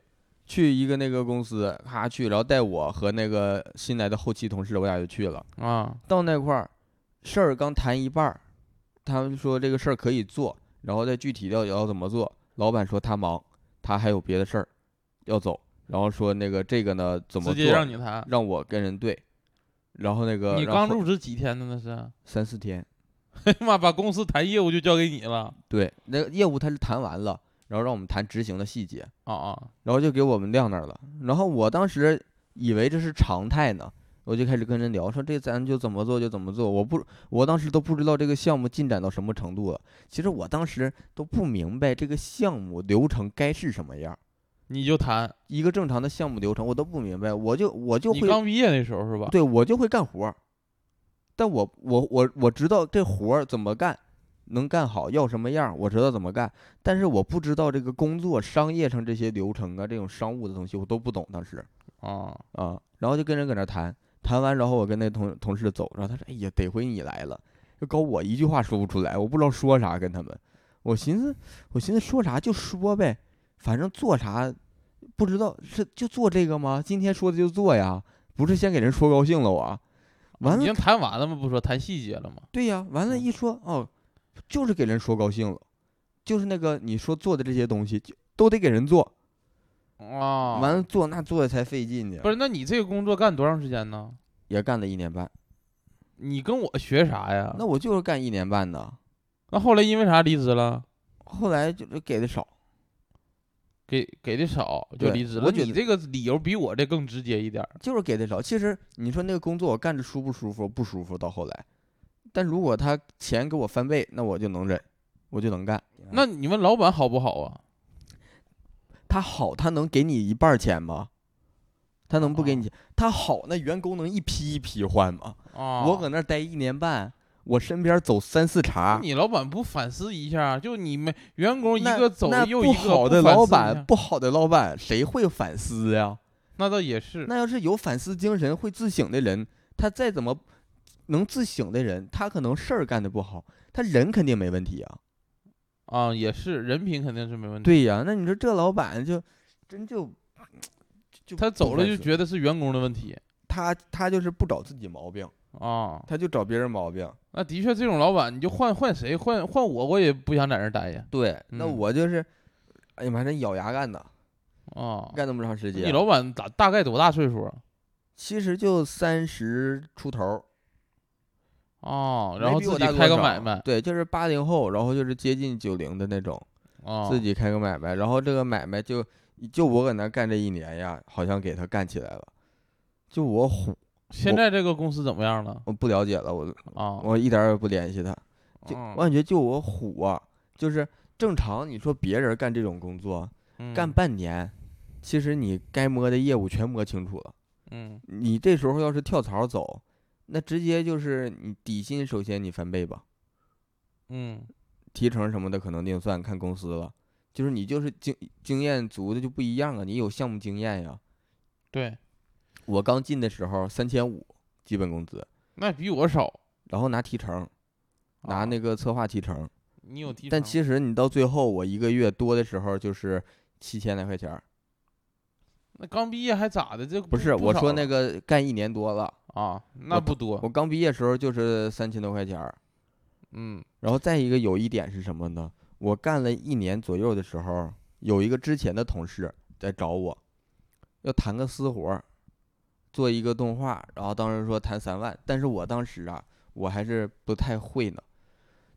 Speaker 1: 去一个那个公司，咔去，然后带我和那个新来的后期同事，我俩就去了。
Speaker 2: 啊
Speaker 1: 到那块儿，事儿刚谈一半儿，他们说这个事儿可以做，然后再具体要要怎么做。老板说他忙，他还有别的事儿要走，然后说那个这个呢怎么
Speaker 2: 直
Speaker 1: 做，
Speaker 2: 接让你谈，
Speaker 1: 让我跟人对。然后那个
Speaker 2: 你
Speaker 1: 呃然
Speaker 2: 刚
Speaker 1: 后
Speaker 2: 入职几天呢？那是，
Speaker 1: 三四天，
Speaker 2: 哎 呀妈，把公司谈业务就交给你了，
Speaker 1: 对，那个业务他是谈完了，然后让我们谈执行的细节。
Speaker 2: 啊啊，
Speaker 1: 然后就给我们晾那儿了。然后我当时以为这是常态呢，我就开始跟人聊，说这咱就怎么做就怎么做。我不，我当时都不知道这个项目进展到什么程度了。其实我当时都不明白这个项目流程该是什么样儿，
Speaker 2: 你就谈，
Speaker 1: 一个正常的项目流程我都不明白，我就我就
Speaker 2: 你
Speaker 1: 会
Speaker 2: 刚毕业那时候是吧？
Speaker 1: 对我就会干活儿，但我我我我知道这活儿怎么干，能干好，要什么样儿，我知道怎么干，但是我不知道这个工作商业上这些流程啊，这种商务的东西我都不懂，当时
Speaker 2: 啊，
Speaker 1: 啊，然后就跟人搁那儿谈，谈完然后我跟那同同事走，然后他说，哎呀，得亏你来了，就搞我一句话说不出来，我不知道说啥跟他们，我寻思我寻思说啥就说呗，反正做啥。不
Speaker 2: 啊
Speaker 1: 知道是就做这个吗？今天说的就做呀，不是先给人说高兴了我，完
Speaker 2: 已
Speaker 1: 了
Speaker 2: 经谈完了吗？不说谈细节了吗？
Speaker 1: 对呀，完
Speaker 2: 嗯
Speaker 1: 了，一说哦，就是给人说高兴了，就是那个你说做的这些东西就都得给人做，
Speaker 2: 啊，
Speaker 1: 完了做那做的才费劲呢
Speaker 2: 不。是？那你这个工作干多长时间呢？
Speaker 1: 也干了一年半，
Speaker 2: 你跟我学啥呀？
Speaker 1: 那我就是干一年半的，
Speaker 2: 那后来因为啥离职了？
Speaker 1: 后来就是给的少，
Speaker 2: 给给的少就
Speaker 1: 对
Speaker 2: 离职了。
Speaker 1: 我
Speaker 2: 那
Speaker 1: 觉
Speaker 2: 你
Speaker 1: 得
Speaker 2: 这个理由比我这更直接一点儿。
Speaker 1: 就是给的少。其实你说那个工作我干着舒不舒服？不舒服，到后来，但如果他钱给我翻倍，那我就能忍，我就能干。
Speaker 2: 那你们老板好不好啊？
Speaker 1: 他好，他能给你一半儿钱吗？他能不给
Speaker 2: 哦
Speaker 1: 你钱？他好，那员工能一批一批换吗？
Speaker 2: 啊，
Speaker 1: 我搁那儿待一年半，我身边走三四
Speaker 2: 那
Speaker 1: 茬，
Speaker 2: 你老板不反思一下？就你们员工一
Speaker 1: 啊那
Speaker 2: 个走
Speaker 1: 那
Speaker 2: 又
Speaker 1: 不
Speaker 2: 一个，
Speaker 1: 好的
Speaker 2: 反
Speaker 1: 老
Speaker 2: 思一下
Speaker 1: 板，不好的老板，谁会反思呀？
Speaker 2: 那倒也是。
Speaker 1: 那要是有反思精神、会自省的人，他再怎么能自省的人，他可能事儿干的不好，他人肯定没问题啊。
Speaker 2: 啊，也是人品肯定是没问题。
Speaker 1: 对呀，那你说这老板就真就就
Speaker 2: 他走了就
Speaker 1: 得
Speaker 2: 觉得是员工的问题
Speaker 1: 他他就是不找自己毛病，
Speaker 2: 啊。
Speaker 1: 他就找别人毛病。
Speaker 2: 那的确，这种老板你就换换谁，换换我，我也不想在那儿待呀。
Speaker 1: 对，那
Speaker 2: 嗯
Speaker 1: 我就是，哎呀妈，这咬牙干的，
Speaker 2: 啊，
Speaker 1: 干那么长时间。
Speaker 2: 你老板大大概多大岁数啊？
Speaker 1: 其实就三十出头儿，
Speaker 2: 哦，然
Speaker 1: 没
Speaker 2: 后
Speaker 1: 比
Speaker 2: 自
Speaker 1: 我
Speaker 2: 己
Speaker 1: 大多
Speaker 2: 开个
Speaker 1: 少
Speaker 2: 买卖
Speaker 1: 对，就是八零后，然后就是接近九零的那种，
Speaker 2: 啊，
Speaker 1: 自己开个买卖，然后这个买卖就就我搁那干这一年呀，好像给他干起来了，就我虎，
Speaker 2: 现
Speaker 1: 我
Speaker 2: 在这个公司怎么样了
Speaker 1: 我不了解了，我
Speaker 2: 啊？
Speaker 1: 我一点儿也不联系他，就
Speaker 2: 啊
Speaker 1: 我感觉就我虎啊，就是正常你说别人干这种工作干
Speaker 2: 嗯
Speaker 1: 半年，其实你该摸的业务全摸清楚了。
Speaker 2: 嗯
Speaker 1: 你这时候要是跳槽走，那直接就是你底薪首先你翻倍吧，
Speaker 2: 嗯
Speaker 1: 提成什么的可能另算，看公司了。就是你就是经经验足的就不一样啊，你有项目经验呀。
Speaker 2: 对，
Speaker 1: 我刚进的时候三千五基本工资，
Speaker 2: 那比我少，
Speaker 1: 然后拿提成，拿
Speaker 2: 啊
Speaker 1: 那个策划提成。
Speaker 2: 你有提
Speaker 1: 但
Speaker 2: 成
Speaker 1: 其实你到最后，我一个月多的时候就是七千来块钱儿，
Speaker 2: 那刚毕业还咋的？这
Speaker 1: 不是我
Speaker 2: 少
Speaker 1: 说
Speaker 2: 了
Speaker 1: 那个干一年多了，
Speaker 2: 啊，那不多
Speaker 1: 我，刚毕业时候就是三千多块钱儿。
Speaker 2: 嗯
Speaker 1: 然后再一个有一点是什么呢？我干了一年左右的时候，有一个之前的同事在找我，要谈个私活儿，做一个动画，然后当时说谈三万，但是我当时啊，我还是不太会呢。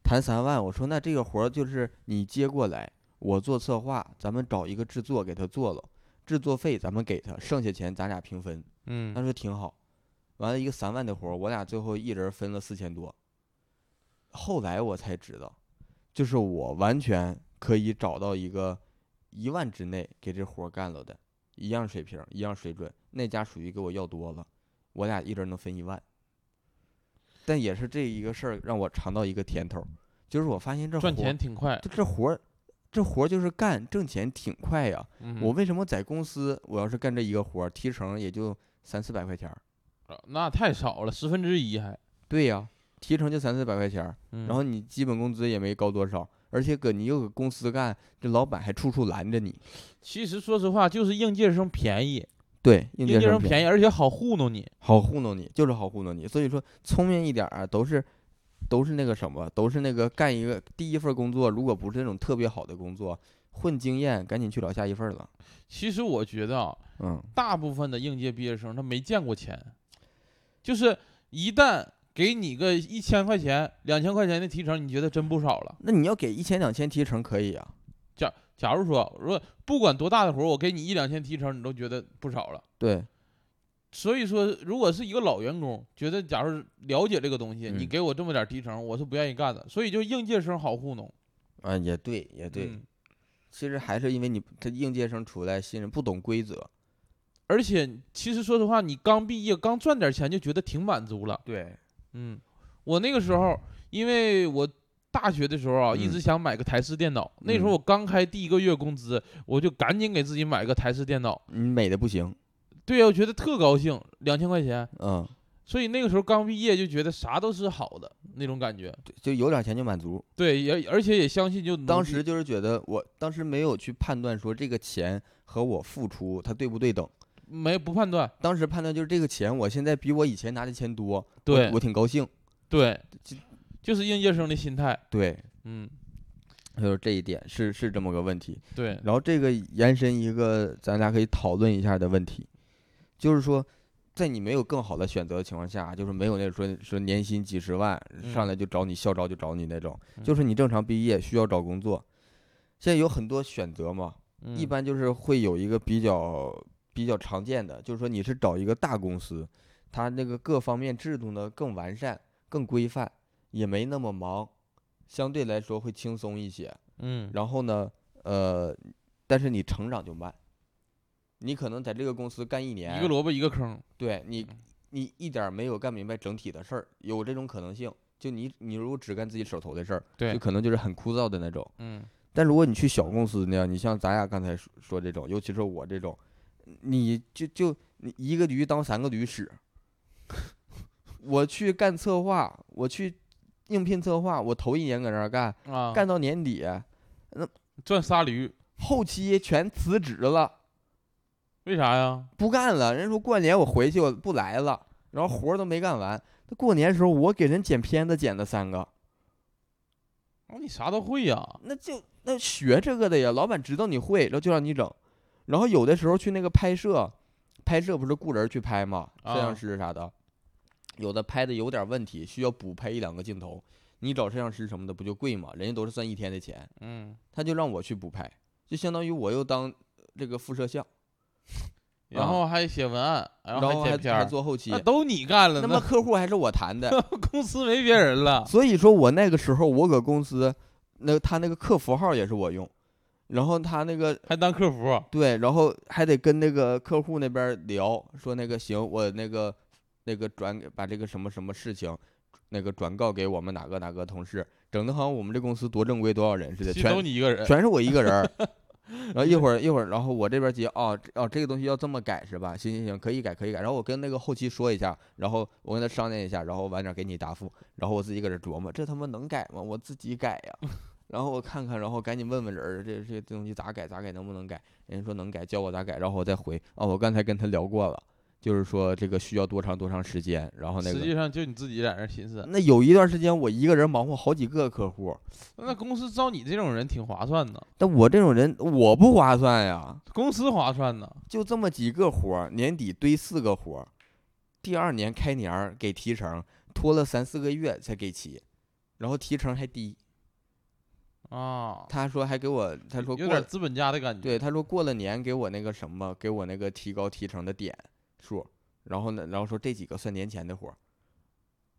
Speaker 1: 谈三万，我说那这个活儿就是你接过来，我做策划，咱们找一个制作给他做了，制作费咱们给他，剩下钱咱俩平分。他
Speaker 2: 嗯，
Speaker 1: 说挺好。完了一个三万的活儿，我俩最后一人分了四千多。后来我才知道，就是我完全可以找到一个一万之内给这活儿干了的，一样水平、一样水准。那家属于给我要多了，我俩一人能分一万。但也是这一个事儿让我尝到一个甜头儿，就是我发现这活
Speaker 2: 赚
Speaker 1: 儿
Speaker 2: 钱，挺快。
Speaker 1: 这这活儿，这活儿就是干挣钱挺快呀、
Speaker 2: 嗯
Speaker 1: 我为什么在公司，我要是干这一个活儿，提成也就三四百块钱儿？
Speaker 2: 啊那太少了，十分之一还。嗯
Speaker 1: 对呀、嗯提成就三四百块钱儿，
Speaker 2: 然
Speaker 1: 然后你基本工资也没高多少，而且搁你又搁公司干，这老板还处处拦着你。
Speaker 2: 其实说实话，就是应届生便宜，
Speaker 1: 对，应
Speaker 2: 应
Speaker 1: 届
Speaker 2: 届生
Speaker 1: 生
Speaker 2: 便
Speaker 1: 宜，
Speaker 2: 宜，而且好糊弄你。
Speaker 1: 好糊弄你，就是好糊弄你。所以说，聪明一点儿啊，都是都是那个什么，都是那个干一个第一份工作，如果不是那种特别好的工作，混经验，赶紧去找下一份儿了。
Speaker 2: 其实我觉得啊，
Speaker 1: 嗯，
Speaker 2: 大部分的应届毕业生他没见过钱，就是一旦给你个一千块钱、两千块钱的提成，你觉得真不少了。
Speaker 1: 那你要给一千两千提成可以啊。
Speaker 2: 假假如说，如果不管多大的活儿，我给你一两千提成，你都觉得不少了。
Speaker 1: 对，
Speaker 2: 所以说，如果是一个老员工，觉得假如了解这个东西，你
Speaker 1: 嗯
Speaker 2: 给我这么点儿提成，我是不愿意干的。所以就应届生好糊弄。
Speaker 1: 啊，也对，也对。
Speaker 2: 嗯
Speaker 1: 其实还是因为你他应届生出来，新人不懂规则。
Speaker 2: 而且其实说实话，你刚毕业刚赚点钱就觉得挺满足了。
Speaker 1: 对，
Speaker 2: 嗯，我那个时候，因为我大学的时候啊，一
Speaker 1: 嗯
Speaker 2: 直想买个台式电脑。那时候我刚开第一个月工资，我就赶紧给自己买个台式电脑。
Speaker 1: 你美的不行。
Speaker 2: 对呀、我觉得特高兴，两千块钱。
Speaker 1: 嗯，
Speaker 2: 所以那个时候刚毕业就觉得啥都是好的那种感觉。
Speaker 1: 对就有点钱就满足。
Speaker 2: 对，也而且也相信就努
Speaker 1: 当
Speaker 2: 力
Speaker 1: 时就是觉得我当时没有去判断说这个钱和我付出它对不对等，
Speaker 2: 没不判断，
Speaker 1: 当时判断就是这个钱，我现在比我以前拿的钱多，我
Speaker 2: 对
Speaker 1: 我挺高兴。
Speaker 2: 对
Speaker 1: 就，
Speaker 2: 就是应届生的心态，
Speaker 1: 对，
Speaker 2: 嗯，
Speaker 1: 就是这一点是是这么个问题。
Speaker 2: 对，
Speaker 1: 然后这个延伸一个咱俩可以讨论一下的问题，就是说，在你没有更好的选择的情况下，就是没有那种说说年薪几十万上
Speaker 2: 嗯
Speaker 1: 来就找你校招就找你那种，就是你正常毕业需要找工作，现在有很多选择嘛，一
Speaker 2: 嗯
Speaker 1: 般就是会有一个比较比较常见的，就是说你是找一个大公司，它那个各方面制度呢更完善、更规范，也没那么忙，相对来说会轻松一些。
Speaker 2: 嗯
Speaker 1: 然后呢，呃，但是你成长就慢，你可能在这个公司干一年，
Speaker 2: 一个萝卜一个坑，
Speaker 1: 对你
Speaker 2: 嗯，
Speaker 1: 你一点儿没有干明白整体的事儿，有这种可能性。就你，你如果只干自己手头的事儿，就
Speaker 2: 对，
Speaker 1: 可能就是很枯燥的那种。
Speaker 2: 嗯
Speaker 1: 但如果你去小公司那样，你像咱俩刚才说说这种，尤其是我这种，你就就你一个驴当三个驴使。 我去干策划，我去应聘策划，我头一年搁那儿干，
Speaker 2: 啊，
Speaker 1: 干到年底，
Speaker 2: 赚仨驴，
Speaker 1: 后期全辞职了。
Speaker 2: 为啥呀？
Speaker 1: 不干了，人家说过年我回去我不来了，然后活儿都没干完。那过年时候我给人剪片子剪了三个，
Speaker 2: 啊你啥都会呀、
Speaker 1: 那就那学这个的呀，老板知道你会，然后就让你整。然后有的时候去那个拍摄，拍摄不是雇人去拍嘛，摄
Speaker 2: 啊
Speaker 1: 像师啥的，有的拍的有点问题，需要补拍一两个镜头，你找摄像师什么的不就贵嘛？人家都是算一天的钱，
Speaker 2: 嗯，
Speaker 1: 他就让我去补拍，就相当于我又当呃这个副摄像，
Speaker 2: 然
Speaker 1: 啊
Speaker 2: 后还写文案，
Speaker 1: 然
Speaker 2: 然后
Speaker 1: 后
Speaker 2: 还
Speaker 1: 还
Speaker 2: 剪片
Speaker 1: 还
Speaker 2: 儿，
Speaker 1: 做后期
Speaker 2: 那，都你干了，
Speaker 1: 那 么
Speaker 2: 那
Speaker 1: 客户还是我谈 的。
Speaker 2: 公司没别人了。
Speaker 1: 所以说我那个时候我搁公司，那他那个客服号也是我用，然后他那个
Speaker 2: 还当客服，
Speaker 1: 对，然后还得跟那个客户那边儿聊，说那个行，我那个那个转给把这个什么什么事情，那个转告给我们哪个哪个同事，整的好像我们这公司多正规多少人似的，
Speaker 2: 其实
Speaker 1: 全
Speaker 2: 都你一个人。
Speaker 1: 全是我一个人 儿。然后一会儿一会儿，然后我这边接哦这哦，这个东西要这么改是吧？行行行，可以改可以改。然后我跟那个后期说一下，然后我跟他商量一下，然后晚点给你答复。然后我自己搁这琢磨，这他妈能改吗？我自己改 呀。然后我看看，然后赶紧问问人儿，这这东西咋改咋改，能不能改？人家说能改，教我咋改，然后我再回。哦，我刚才跟他聊过了，就是说这个需要多长多长时间，然后那
Speaker 2: 实
Speaker 1: 个。嗯
Speaker 2: 际上就你自己在那儿寻思，
Speaker 1: 那有一段时间，我一个人忙活好几个客户，
Speaker 2: 那公司招你这种人挺划算的，
Speaker 1: 但我这种人我不划算呀。
Speaker 2: 公司划算呢。
Speaker 1: 就这么几个活儿，年底堆四个活儿，第二年开年儿给提成，拖了三四个月才给齐，然后提成还低。
Speaker 2: 啊，
Speaker 1: 他说还给我，他说过
Speaker 2: 有点
Speaker 1: 了，
Speaker 2: 资本家的感觉。
Speaker 1: 对，他说过了年给我那个什么，给我那个提高提成的点数，然后呢，然后说这几个算年前的活儿。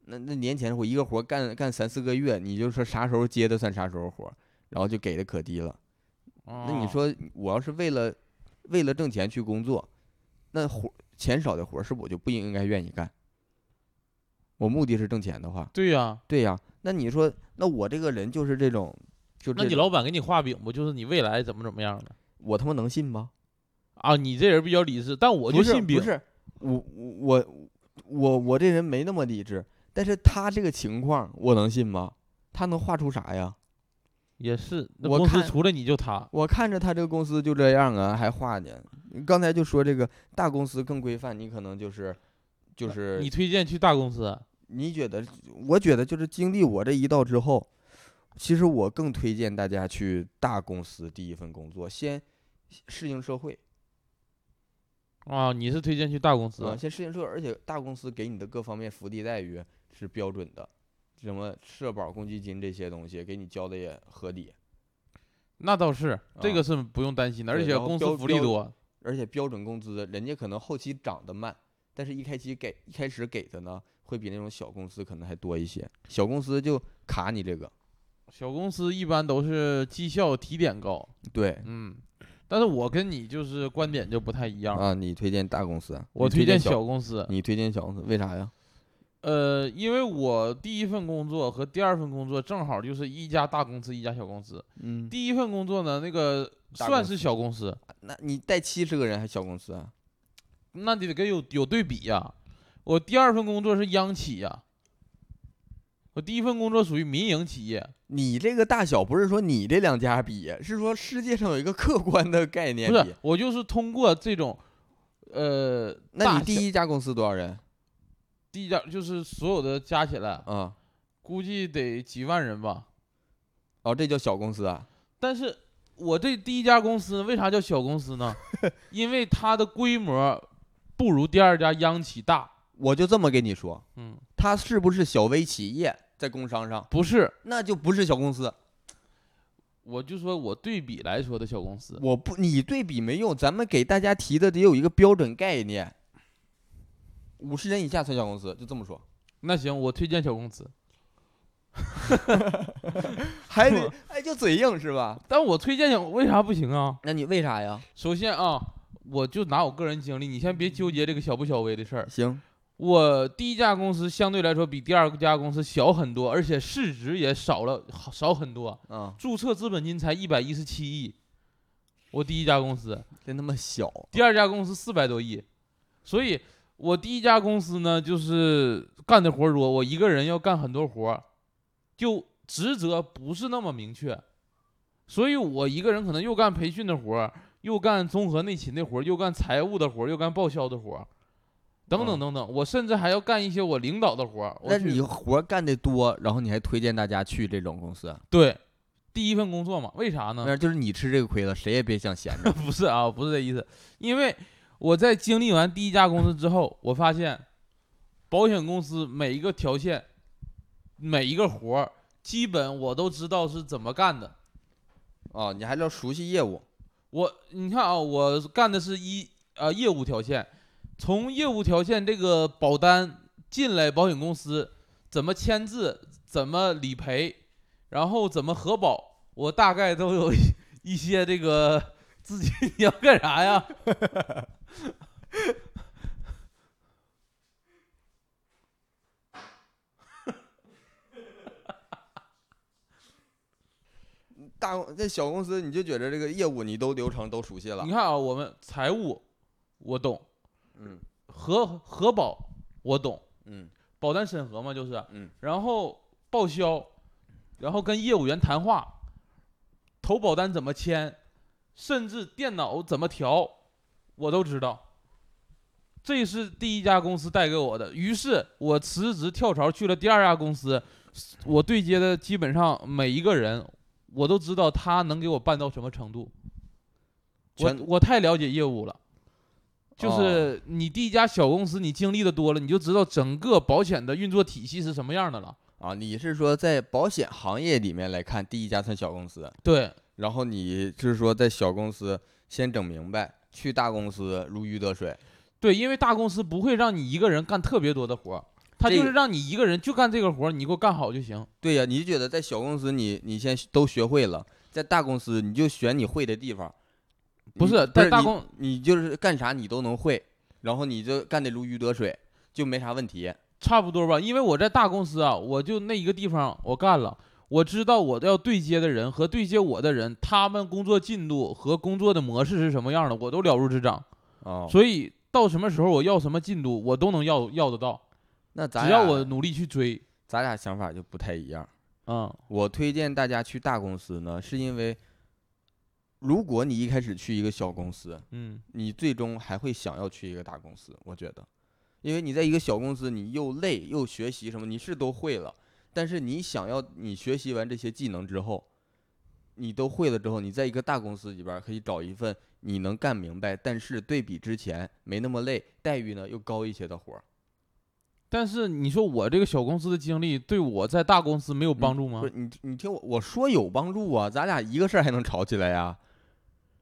Speaker 1: 那那年前活一个活儿干干三四个月，你就说啥时候接的算啥时候活儿，然后就给的可低了。
Speaker 2: 啊，
Speaker 1: 那你说我要是为了为了挣钱去工作，那活钱少的活儿是我就不应该愿意干。我目的是挣钱的话，
Speaker 2: 对呀、
Speaker 1: 对呀，那你说，那我这个人就是这种，就
Speaker 2: 那
Speaker 1: 这
Speaker 2: 你
Speaker 1: 种
Speaker 2: 老板给你画饼不就是你未来怎么怎么样的
Speaker 1: 我他妈能信吗？
Speaker 2: 啊？你这人比较理智，但我
Speaker 1: 我
Speaker 2: 就信饼
Speaker 1: 不。是我我我我这人没那么理智，但是他这个情况我能信吗？他能画出啥呀？
Speaker 2: 也是，那
Speaker 1: 我
Speaker 2: 公司
Speaker 1: 看
Speaker 2: 除了你就他。
Speaker 1: 我看着他这个公司就这样啊，还画呢。刚才就说这个大公司更规范，你可能就是就是
Speaker 2: 你推荐去大公司，
Speaker 1: 你觉得？我觉得就是经历我这一道之后，其实我更推荐大家去大公司第一份工作，先适应社会
Speaker 2: 啊，你是推荐去大公司，
Speaker 1: 啊、先适应社会，而且大公司给你的各方面福利待遇是标准的，什么社保、公积金这些东西给你交的也合理，
Speaker 2: 那倒是，这
Speaker 1: 啊
Speaker 2: 个是不用担心的，而
Speaker 1: 对
Speaker 2: 且
Speaker 1: 然后
Speaker 2: 公司
Speaker 1: 标
Speaker 2: 福利
Speaker 1: 标
Speaker 2: 多。
Speaker 1: 而且标准工资人家可能后期涨得慢，但是一开始给一开始给的呢，会比那种小公司可能还多一些，小公司就卡你这个，
Speaker 2: 小公司一般都是绩效提点高，
Speaker 1: 对。
Speaker 2: 嗯，但是我跟你就是观点就不太一样，
Speaker 1: 啊，你推荐大公司啊？
Speaker 2: 我
Speaker 1: 你推
Speaker 2: 荐
Speaker 1: 小
Speaker 2: 小公司，
Speaker 1: 你推荐小公司，为啥呀？
Speaker 2: 呃，因为我第一份工作和第二份工作正好就是一家大公司，一家小公司。
Speaker 1: 嗯，
Speaker 2: 第一份工作呢，那个
Speaker 1: 大
Speaker 2: 算
Speaker 1: 公
Speaker 2: 是小公司，
Speaker 1: 那你带七十个人还小公司啊？
Speaker 2: 那得跟有有对比呀、我第二份工作是央企呀、我第一份工作属于民营企业，
Speaker 1: 你这个大小不是说你这两家比，是说世界上有一个客观的概念
Speaker 2: 不是
Speaker 1: 比。，
Speaker 2: 我就是通过这种呃，
Speaker 1: 那
Speaker 2: 大
Speaker 1: 你第
Speaker 2: 小
Speaker 1: 一家公司多少人
Speaker 2: 第一家就是所有的加起来，
Speaker 1: 啊？
Speaker 2: 估计得几万人吧。
Speaker 1: 哦，这叫小公司啊？
Speaker 2: 但是我这第一家公司为啥叫小公司呢？因为它的规模不如第二家央企大。
Speaker 1: 我就这么跟你说，
Speaker 2: 嗯，
Speaker 1: 它是不是小微企业在工商上，
Speaker 2: 不是，
Speaker 1: 那就不是小公司。
Speaker 2: 我就说我对比来说的小公司，
Speaker 1: 我不，你对比没用，咱们给大家提的得有一个标准概念。五十人以下算小公司，就这么说。
Speaker 2: 那行，我推荐小公司，
Speaker 1: 还得哎，就嘴硬是吧？
Speaker 2: 但我推荐小为啥不行啊？
Speaker 1: 那你为啥呀？
Speaker 2: 首先啊，我就拿我个人经历，你先别纠结这个小不小微的事儿。
Speaker 1: 行，
Speaker 2: 我第一家公司相对来说比第二家公司小很多，而且市值也少了好少很多，
Speaker 1: 嗯，
Speaker 2: 注册资本金才一百一十七亿。我第一家公司，
Speaker 1: 真他妈小，
Speaker 2: 第二家公司四百多亿，所以我第一家公司呢，就是干的活儿多，我一个人要干很多活儿，就职责不是那么明确，所以我一个人可能又干培训的活儿，又干综合内勤的活儿，又干财务的活儿，又干报销的活儿，等等
Speaker 1: 嗯
Speaker 2: 等等，我甚至还要干一些我领导的活儿。我
Speaker 1: 那
Speaker 2: 去
Speaker 1: 你活干得多，然后你还推荐大家去这种公司，
Speaker 2: 对第一份工作嘛？为啥呢？
Speaker 1: 那就是你吃这个亏了，谁也别想闲着。
Speaker 2: 不是啊，不是这意思，因为我在经历完第一家公司之后，我发现保险公司每一个条线、每一个活儿，基本我都知道是怎么干的。
Speaker 1: 哦，你还要熟悉业务，
Speaker 2: 我你看啊，我干的是一呃业务条线，从业务条线这个保单进来，保险公司怎么签字，怎么理赔，然后怎么核保，我大概都有 一一些这个自己 你要干啥呀？
Speaker 1: 大公在小公司你就觉得这个业务你都流程都熟悉了
Speaker 2: 你，看啊，我们财务我懂，
Speaker 1: 嗯
Speaker 2: 核核保我懂，
Speaker 1: 嗯
Speaker 2: 保单审核嘛就是，
Speaker 1: 嗯，
Speaker 2: 然后报销，然后跟业务员谈话，投保单怎么签，甚至电脑怎么调，我都知道。这是第一家公司带给我的，于是我辞职跳槽去了第二家公司，我对接的基本上每一个人，我都知道他能给我办到什么程度。我
Speaker 1: 全
Speaker 2: 我太了解业务了，就
Speaker 1: 哦
Speaker 2: 是你第一家小公司，你经历的多了，你就知道整个保险的运作体系是什么样的了。
Speaker 1: 啊，你是说在保险行业里面来看，第一家算小公司，
Speaker 2: 对，
Speaker 1: 然后你就是说在小公司先整明白，去大公司如鱼得水。
Speaker 2: 对，因为大公司不会让你一个人干特别多的活儿，他
Speaker 1: 这
Speaker 2: 就
Speaker 1: 个
Speaker 2: 是让你一个人就干这个活儿，你给我干好就行。
Speaker 1: 对呀、你就觉得在小公司你你先都学会了，在大公司你就选你会的地方，
Speaker 2: 不
Speaker 1: 你
Speaker 2: 是在大
Speaker 1: 你
Speaker 2: 公
Speaker 1: 你就是干啥你都能会，然后你就干得如鱼得水，就没啥问题。
Speaker 2: 差不多吧，因为我在大公司啊，我就那一个地方我干了，我知道我要对接的人和对接我的人，他们工作进度和工作的模式是什么样的，我都了如指掌。
Speaker 1: 哦，
Speaker 2: 所以到什么时候我要什么进度，我都能要要得到，
Speaker 1: 那咱
Speaker 2: 只要
Speaker 1: 俩
Speaker 2: 我努力去追。
Speaker 1: 咱俩想法就不太一样。
Speaker 2: 嗯，
Speaker 1: 我推荐大家去大公司呢，是因为如果你一开始去一个小公司，
Speaker 2: 嗯，
Speaker 1: 你最终还会想要去一个大公司，我觉得，因为你在一个小公司，你又累又学习什么，你是都会了，但是你想要你学习完这些技能之后，你都会了之后，你在一个大公司里边儿可以找一份你能干明白，但是对比之前没那么累，待遇呢又高一些的活儿，
Speaker 2: 但是你说我这个小公司的经历对我在大公司没有
Speaker 1: 嗯
Speaker 2: 帮助吗
Speaker 1: 不是？你，你听我我说有帮助啊，咱俩一个事儿还能吵起来呀、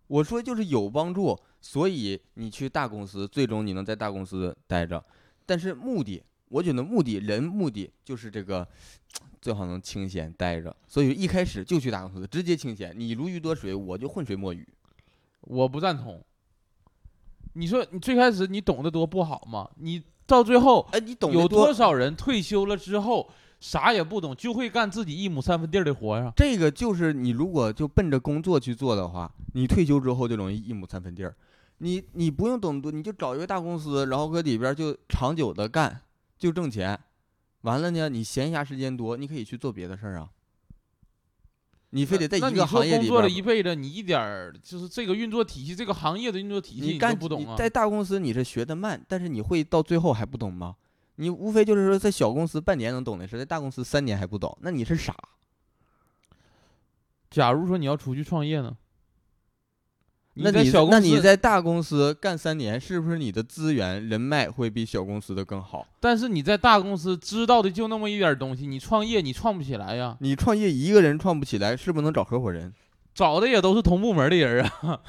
Speaker 1: 我说就是有帮助，所以你去大公司，最终你能在大公司待着，但是目的，我觉得目的人目的就是这个，最好能清闲待着，所以一开始就去大公司，直接清闲，你如鱼得水，我就浑水摸鱼。
Speaker 2: 我不赞同。你说你最开始你懂得多不好吗？你到最后
Speaker 1: 哎，你懂得
Speaker 2: 有
Speaker 1: 多
Speaker 2: 多少人退休了之后啥也不懂，就会干自己一亩三分地儿的啊活呀、
Speaker 1: 这个就是你如果就奔着工作去做的话，你退休之后就容易一亩三分地儿。你你不用懂多，你就找一个大公司，然后搁里边儿就长久的干，就挣钱。完了呢，你闲暇时间多，你可以去做别的事儿啊。你非得在
Speaker 2: 那
Speaker 1: 一
Speaker 2: 你
Speaker 1: 个
Speaker 2: 说
Speaker 1: 行业
Speaker 2: 工
Speaker 1: 里
Speaker 2: 作
Speaker 1: 边
Speaker 2: 了
Speaker 1: 儿，
Speaker 2: 一辈子，你一点儿就是这个运作体系，这个行业的运作体系
Speaker 1: 你
Speaker 2: 都
Speaker 1: 干
Speaker 2: 不懂啊？
Speaker 1: 在大公司你是学的慢，但是你会到最后还不懂吗？你无非就是说在小公司半年能懂的事，在大公司三年还不懂，那你是傻。
Speaker 2: 假如说你要出去创业呢？
Speaker 1: 那
Speaker 2: 在
Speaker 1: 你
Speaker 2: 小
Speaker 1: 那
Speaker 2: 公
Speaker 1: 你
Speaker 2: 司，
Speaker 1: 在大公司干三年，是不是你的资源人脉会比小公司的更好？
Speaker 2: 但是你在大公司知道的就那么一点儿东西，你创业你创不起来呀，
Speaker 1: 你创业一个人创不起来，是不是能找合伙人？
Speaker 2: 找的也都是同部门的人啊。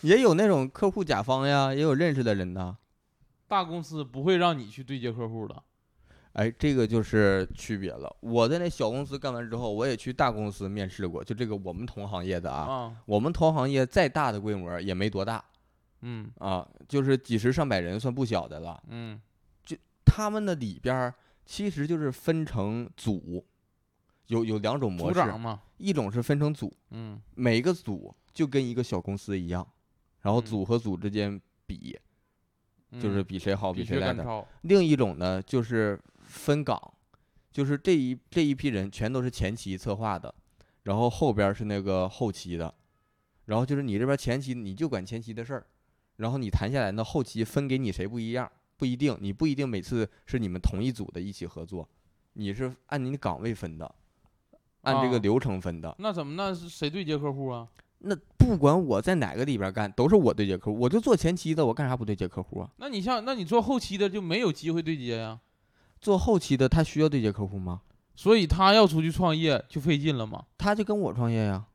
Speaker 1: 也有那种客户甲方呀，也有认识的人呐。
Speaker 2: 大公司不会让你去对接客户的，
Speaker 1: 哎，这个就是区别了。我在那小公司干完之后，我也去大公司面试过，就这个我们同行业的啊，
Speaker 2: 啊，
Speaker 1: 我们同行业再大的规模也没多大
Speaker 2: 嗯
Speaker 1: 啊，就是几十上百人算不小的了。
Speaker 2: 嗯，
Speaker 1: 他们的里边儿其实就是分成组，有有两种模
Speaker 2: 组
Speaker 1: 式，
Speaker 2: 长嘛，
Speaker 1: 一种是分成组，
Speaker 2: 嗯
Speaker 1: 每个组就跟一个小公司一样，然后
Speaker 2: 嗯
Speaker 1: 组和组之间比，就是
Speaker 2: 嗯
Speaker 1: 比谁好，
Speaker 2: 比
Speaker 1: 比
Speaker 2: 学
Speaker 1: 谁来
Speaker 2: 赶
Speaker 1: 的。
Speaker 2: 超，
Speaker 1: 另一种呢，就是分岗，就是这一这一批人全都是前期策划的，然后后边儿是那个后期的，然后就是你这边儿前期你就管前期的事儿，然后你谈下来呢，后期分给你谁不一样，不一定，你不一定每次是你们同一组的一起合作，你是按你的岗位分的，按这个
Speaker 2: 啊
Speaker 1: 流程分的。
Speaker 2: 那怎么那是谁对接客户啊？
Speaker 1: 那不管我在哪个里边儿干，都是我对接客户，我就做前期的，我干啥不对接客户啊？
Speaker 2: 那你像那你做后期的就没有机会对接呀、
Speaker 1: 做后期的他需要对接客户吗？
Speaker 2: 所以他要出去创业就费劲了嘛。
Speaker 1: 他就跟我创业呀、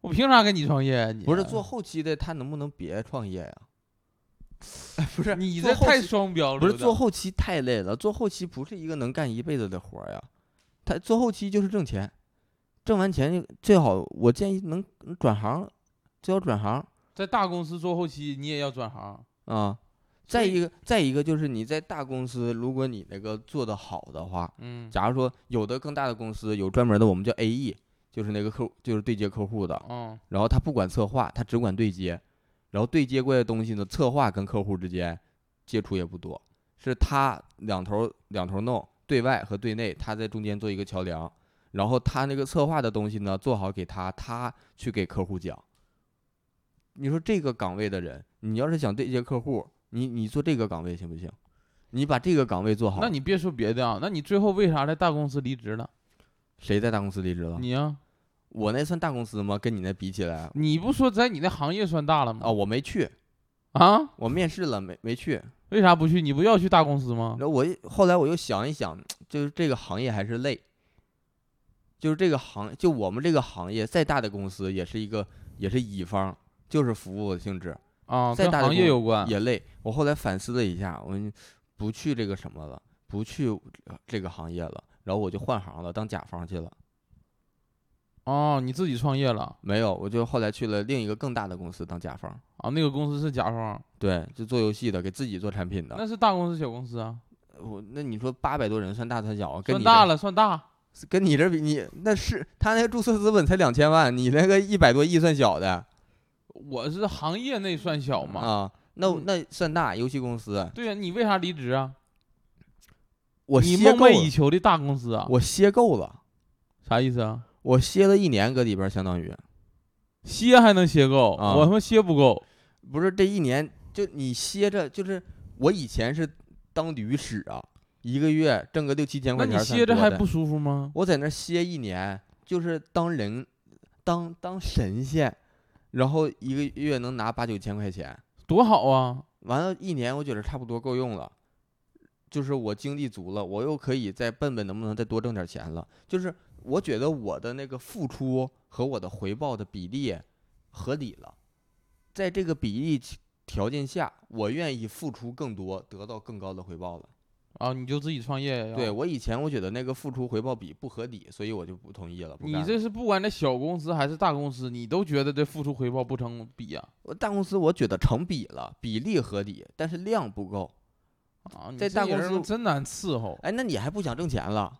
Speaker 2: 我凭啥跟你创业啊？你
Speaker 1: 不是做后期的，他能不能别创业呀、哎， 不是
Speaker 2: 你
Speaker 1: 做
Speaker 2: 这
Speaker 1: 后
Speaker 2: 太
Speaker 1: 期
Speaker 2: 双标了，
Speaker 1: 不是
Speaker 2: 有点
Speaker 1: 做后期太累了，做后期不是一个能干一辈子的活儿呀。他做后期就是挣钱，挣完钱最好我建议能转行，最好转行
Speaker 2: 在大公司做后期，你也要转行。
Speaker 1: 啊。再一个，再一个就是你在大公司，如果你那个做得好的话，
Speaker 2: 嗯，
Speaker 1: 假如说有的更大的公司有专门的，我们叫 AE，就是那个客户就是对接客户的，
Speaker 2: 嗯，
Speaker 1: 然后他不管策划，他只管对接，然后对接过来的东西呢，策划跟客户之间接触也不多，是他两头两头弄，对外和对内，他在中间做一个桥梁，然后他那个策划的东西呢，做好给他，他去给客户讲。你说这个岗位的人，你要是想对接客户，你你做这个岗位行不行？你把这个岗位做好，
Speaker 2: 那你别说别的啊，那你最后为啥在大公司离职了？
Speaker 1: 谁在大公司离职了？
Speaker 2: 你呀、
Speaker 1: 我那算大公司吗？跟你那比起来，
Speaker 2: 你不说在你那行业算大了
Speaker 1: 啊，
Speaker 2: 吗？
Speaker 1: 我没去，哦
Speaker 2: 啊，
Speaker 1: 我面试了没没去。
Speaker 2: 为啥不去？你不要去大公司吗
Speaker 1: 然？后我一后来我又想一想，就是这个行业还是累，就是这个行，就我们这个行业，再大的公司也是一个，也是乙方，就是服务性质，
Speaker 2: 啊，
Speaker 1: 在
Speaker 2: 跟
Speaker 1: 大的
Speaker 2: 行
Speaker 1: 公
Speaker 2: 业有关。
Speaker 1: 也累。我后来反思了一下，我不去这个什么了，不去这个行业了，然后我就换行了，当甲方去了。
Speaker 2: 哦，你自己创业了
Speaker 1: 没有，我就后来去了另一个更大的公司当甲方，
Speaker 2: 啊？那个公司是甲方，
Speaker 1: 对，就做游戏的，给自己做产品的。
Speaker 2: 那是大公司小公司啊？
Speaker 1: 我那你说八百多人算大算小啊？跟
Speaker 2: 算
Speaker 1: 你
Speaker 2: 大
Speaker 1: 这
Speaker 2: 了，算大。
Speaker 1: 跟你这比，你那是他那个注册资本才两千万，你那个一百多亿算小的
Speaker 2: 我是行业内算小嘛？
Speaker 1: 啊？那我
Speaker 2: 嗯
Speaker 1: 那算大，游戏公司，
Speaker 2: 对呀、你为啥离职啊？
Speaker 1: 我
Speaker 2: 你
Speaker 1: 歇
Speaker 2: 梦
Speaker 1: 够
Speaker 2: 寐以
Speaker 1: 了，
Speaker 2: 求的大公司啊？
Speaker 1: 我歇够了，
Speaker 2: 啥意思啊？
Speaker 1: 我歇了一年，搁里边儿相当于
Speaker 2: 歇还能歇够，
Speaker 1: 啊
Speaker 2: 我他妈歇不够。
Speaker 1: 不是这一年就你歇着，就是我以前是当驴使啊，一个月挣个六七千
Speaker 2: 那
Speaker 1: 块
Speaker 2: 你
Speaker 1: 钱，
Speaker 2: 歇着还不，舒服吗？
Speaker 1: 我在那儿歇一年，就是当人当当神仙，然后一个月能拿八九千块钱。
Speaker 2: 多好啊！
Speaker 1: 完了，一年我觉得差不多够用了，就是我精力足了，我又可以再奔奔能不能再多挣点钱了。就是我觉得我的那个付出和我的回报的比例合理了，在这个比例起条件下，我愿意付出更多，得到更高的回报了。
Speaker 2: 啊，你就自己创业呀？
Speaker 1: 对，我以前我觉得那个付出回报比不合理，所以我就不同意了。不干
Speaker 2: 你
Speaker 1: 了
Speaker 2: 这是不管在小公司还是大公司，你都觉得这付出回报不成比啊呀、
Speaker 1: 我大公司我觉得成比了，比例合理，但是量不够。
Speaker 2: 啊！你
Speaker 1: 在
Speaker 2: 这
Speaker 1: 大
Speaker 2: 人
Speaker 1: 公司
Speaker 2: 真难伺候。
Speaker 1: 哎，那你还不想挣钱了？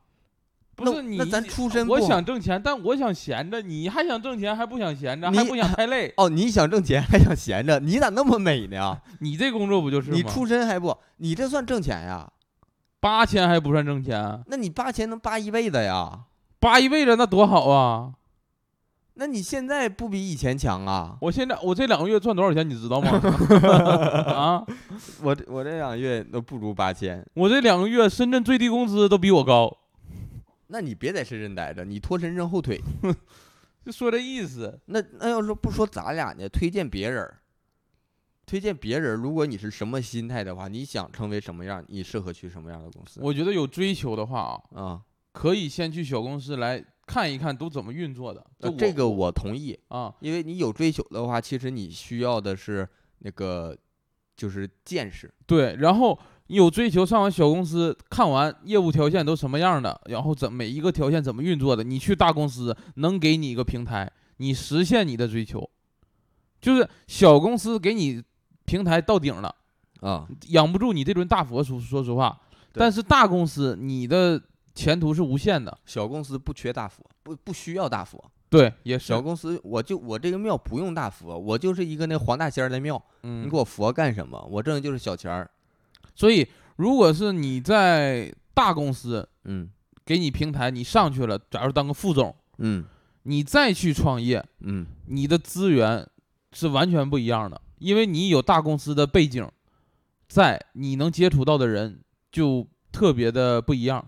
Speaker 2: 不
Speaker 1: 那
Speaker 2: 是你，
Speaker 1: 那咱出身
Speaker 2: 我
Speaker 1: 不好
Speaker 2: 想挣钱，但我想闲着，你还想挣钱，还不想闲着，
Speaker 1: 你
Speaker 2: 还不想太累，
Speaker 1: 哦，你想挣钱还想闲着，你咋那么美呢？啊
Speaker 2: 你这工作不就是吗？
Speaker 1: 你出身还不，你这算挣钱呀？
Speaker 2: 八千还不算挣钱，
Speaker 1: 那你扒钱能扒一辈子呀？
Speaker 2: 八一辈子那多好啊！
Speaker 1: 那你现在不比以前强啊？
Speaker 2: 我现在我这两个月赚多少钱，你知道吗？ 啊，
Speaker 1: 我这我这两月都不足八千。
Speaker 2: 我这两个月深圳最低工资都比我高，
Speaker 1: 那你别在深圳待着，你拖深圳后腿。
Speaker 2: 就说这意思。
Speaker 1: 那那要说不说咱俩呢，推荐别人儿，推荐别人儿，如果你是什么心态的话，你想成为什么样，你适合去什么样的公司？
Speaker 2: 我觉得有追求的话啊，
Speaker 1: 啊、
Speaker 2: 可以先去小公司来看一看都怎么运作的。
Speaker 1: 呃
Speaker 2: 就
Speaker 1: 这个我同意，
Speaker 2: 啊，
Speaker 1: 因为你有追求的话，其实你需要的是那个就是见识。
Speaker 2: 对，然后有追求，上完小公司看完业务条线都什么样的，然后怎每一个条线怎么运作的，你去大公司能给你一个平台，你实现你的追求，就是小公司给你平台到顶了，
Speaker 1: 啊、
Speaker 2: 养不住你这尊大佛说说实话，但
Speaker 1: 对
Speaker 2: 是大公司你的前途是无限的，
Speaker 1: 小公司不缺大佛，不不需要大佛。
Speaker 2: 对，也是
Speaker 1: 小公司我就我这个庙不用大佛，我就是一个那黄大仙儿的庙，
Speaker 2: 嗯
Speaker 1: 你给我佛干什么？我挣的就是小钱儿。
Speaker 2: 所以如果是你在大公司
Speaker 1: 嗯
Speaker 2: 给你平台，你上去了，假如当个副总，
Speaker 1: 嗯
Speaker 2: 你再去创业。
Speaker 1: 嗯，
Speaker 2: 你的资源是完全不一样的，因为你有大公司的背景，在你能接触到的人就特别的不一样。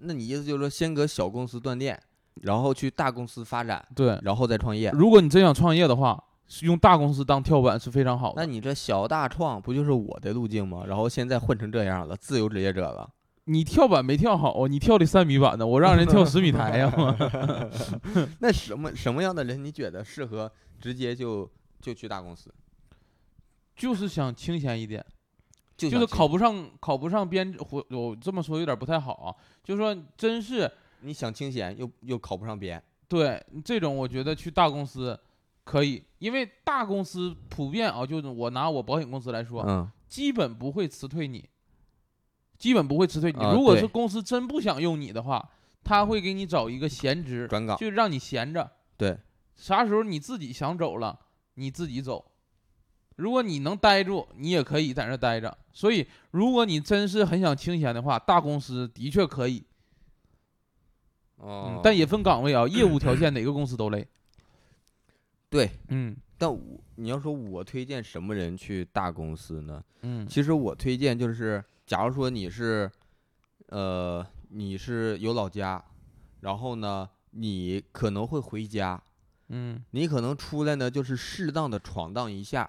Speaker 1: 那你意思就是说，先搁小公司断电，然后去大公司发展，
Speaker 2: 对，
Speaker 1: 然后再创业？
Speaker 2: 如果你真想创业的话，是用大公司当跳板是非常好
Speaker 1: 那
Speaker 2: 的。
Speaker 1: 你这小大创不就是我的路径吗？然后现在混成这样了，自由职业者了。
Speaker 2: 你跳板没跳好啊，你跳的三米板呢，我让人跳十米台呀、
Speaker 1: 那什么什么样的人你觉得适合直接就就去大公司？
Speaker 2: 就是想清闲一点，
Speaker 1: 就
Speaker 2: 就是
Speaker 1: 想
Speaker 2: 考不上考不上编制，我我这么说有点不太好啊，就是说真是
Speaker 1: 清你想清闲又又考不上编，
Speaker 2: 对这种，我觉得去大公司可以，因为大公司普遍啊，就是我拿我保险公司来说，啊
Speaker 1: 嗯，
Speaker 2: 基本不会辞退你，基本不会辞退你。
Speaker 1: 啊
Speaker 2: 如果是
Speaker 1: 对
Speaker 2: 公司真不想用你的话，他会给你找一个闲职，
Speaker 1: 转岗
Speaker 2: 就让你闲着。
Speaker 1: 啊对，
Speaker 2: 啥时候你自己想走了，你自己走。如果你能待住，你也可以在那待着。所以，如果你真是很想清闲的话，大公司的确可以，嗯
Speaker 1: 哦
Speaker 2: 但也分岗位啊，业务条线哪个公司都累。
Speaker 1: 对，
Speaker 2: 嗯
Speaker 1: 但我你要说我推荐什么人去大公司呢？
Speaker 2: 嗯
Speaker 1: 其实我推荐就是，假如说你是，呃，你是有老家，然后呢，你可能会回家，
Speaker 2: 嗯
Speaker 1: 你可能出来呢就是适当的闯荡一下，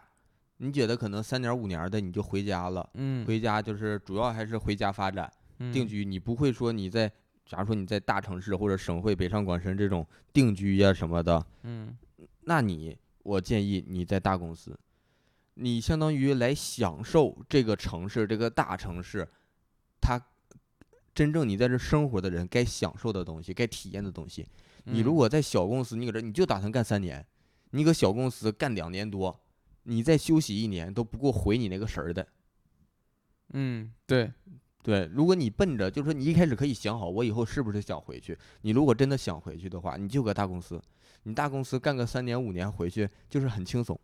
Speaker 1: 你觉得可能三年五年的你就回家了，
Speaker 2: 嗯，
Speaker 1: 回家就是主要还是回家发展定
Speaker 2: 嗯
Speaker 1: 居，你不会说你在。假如说你在大城市或者省会北上广深这种定居呀、什么的，
Speaker 2: 嗯
Speaker 1: 那你我建议你在大公司，你相当于来享受这个城市，这个大城市，它真正你在这生活的人该享受的东西，该体验的东西。你如
Speaker 2: 嗯
Speaker 1: 果在小公司，你搁这你就打算干三年，你搁小公司干两年多，你再休息一年都不够回你那个神儿的。
Speaker 2: 嗯对
Speaker 1: 对，如果你奔着就是说你一开始可以想好，我以后是不是想回去？你如果真的想回去的话，你就搁大公司，你大公司干个三年五年回去就是很轻松，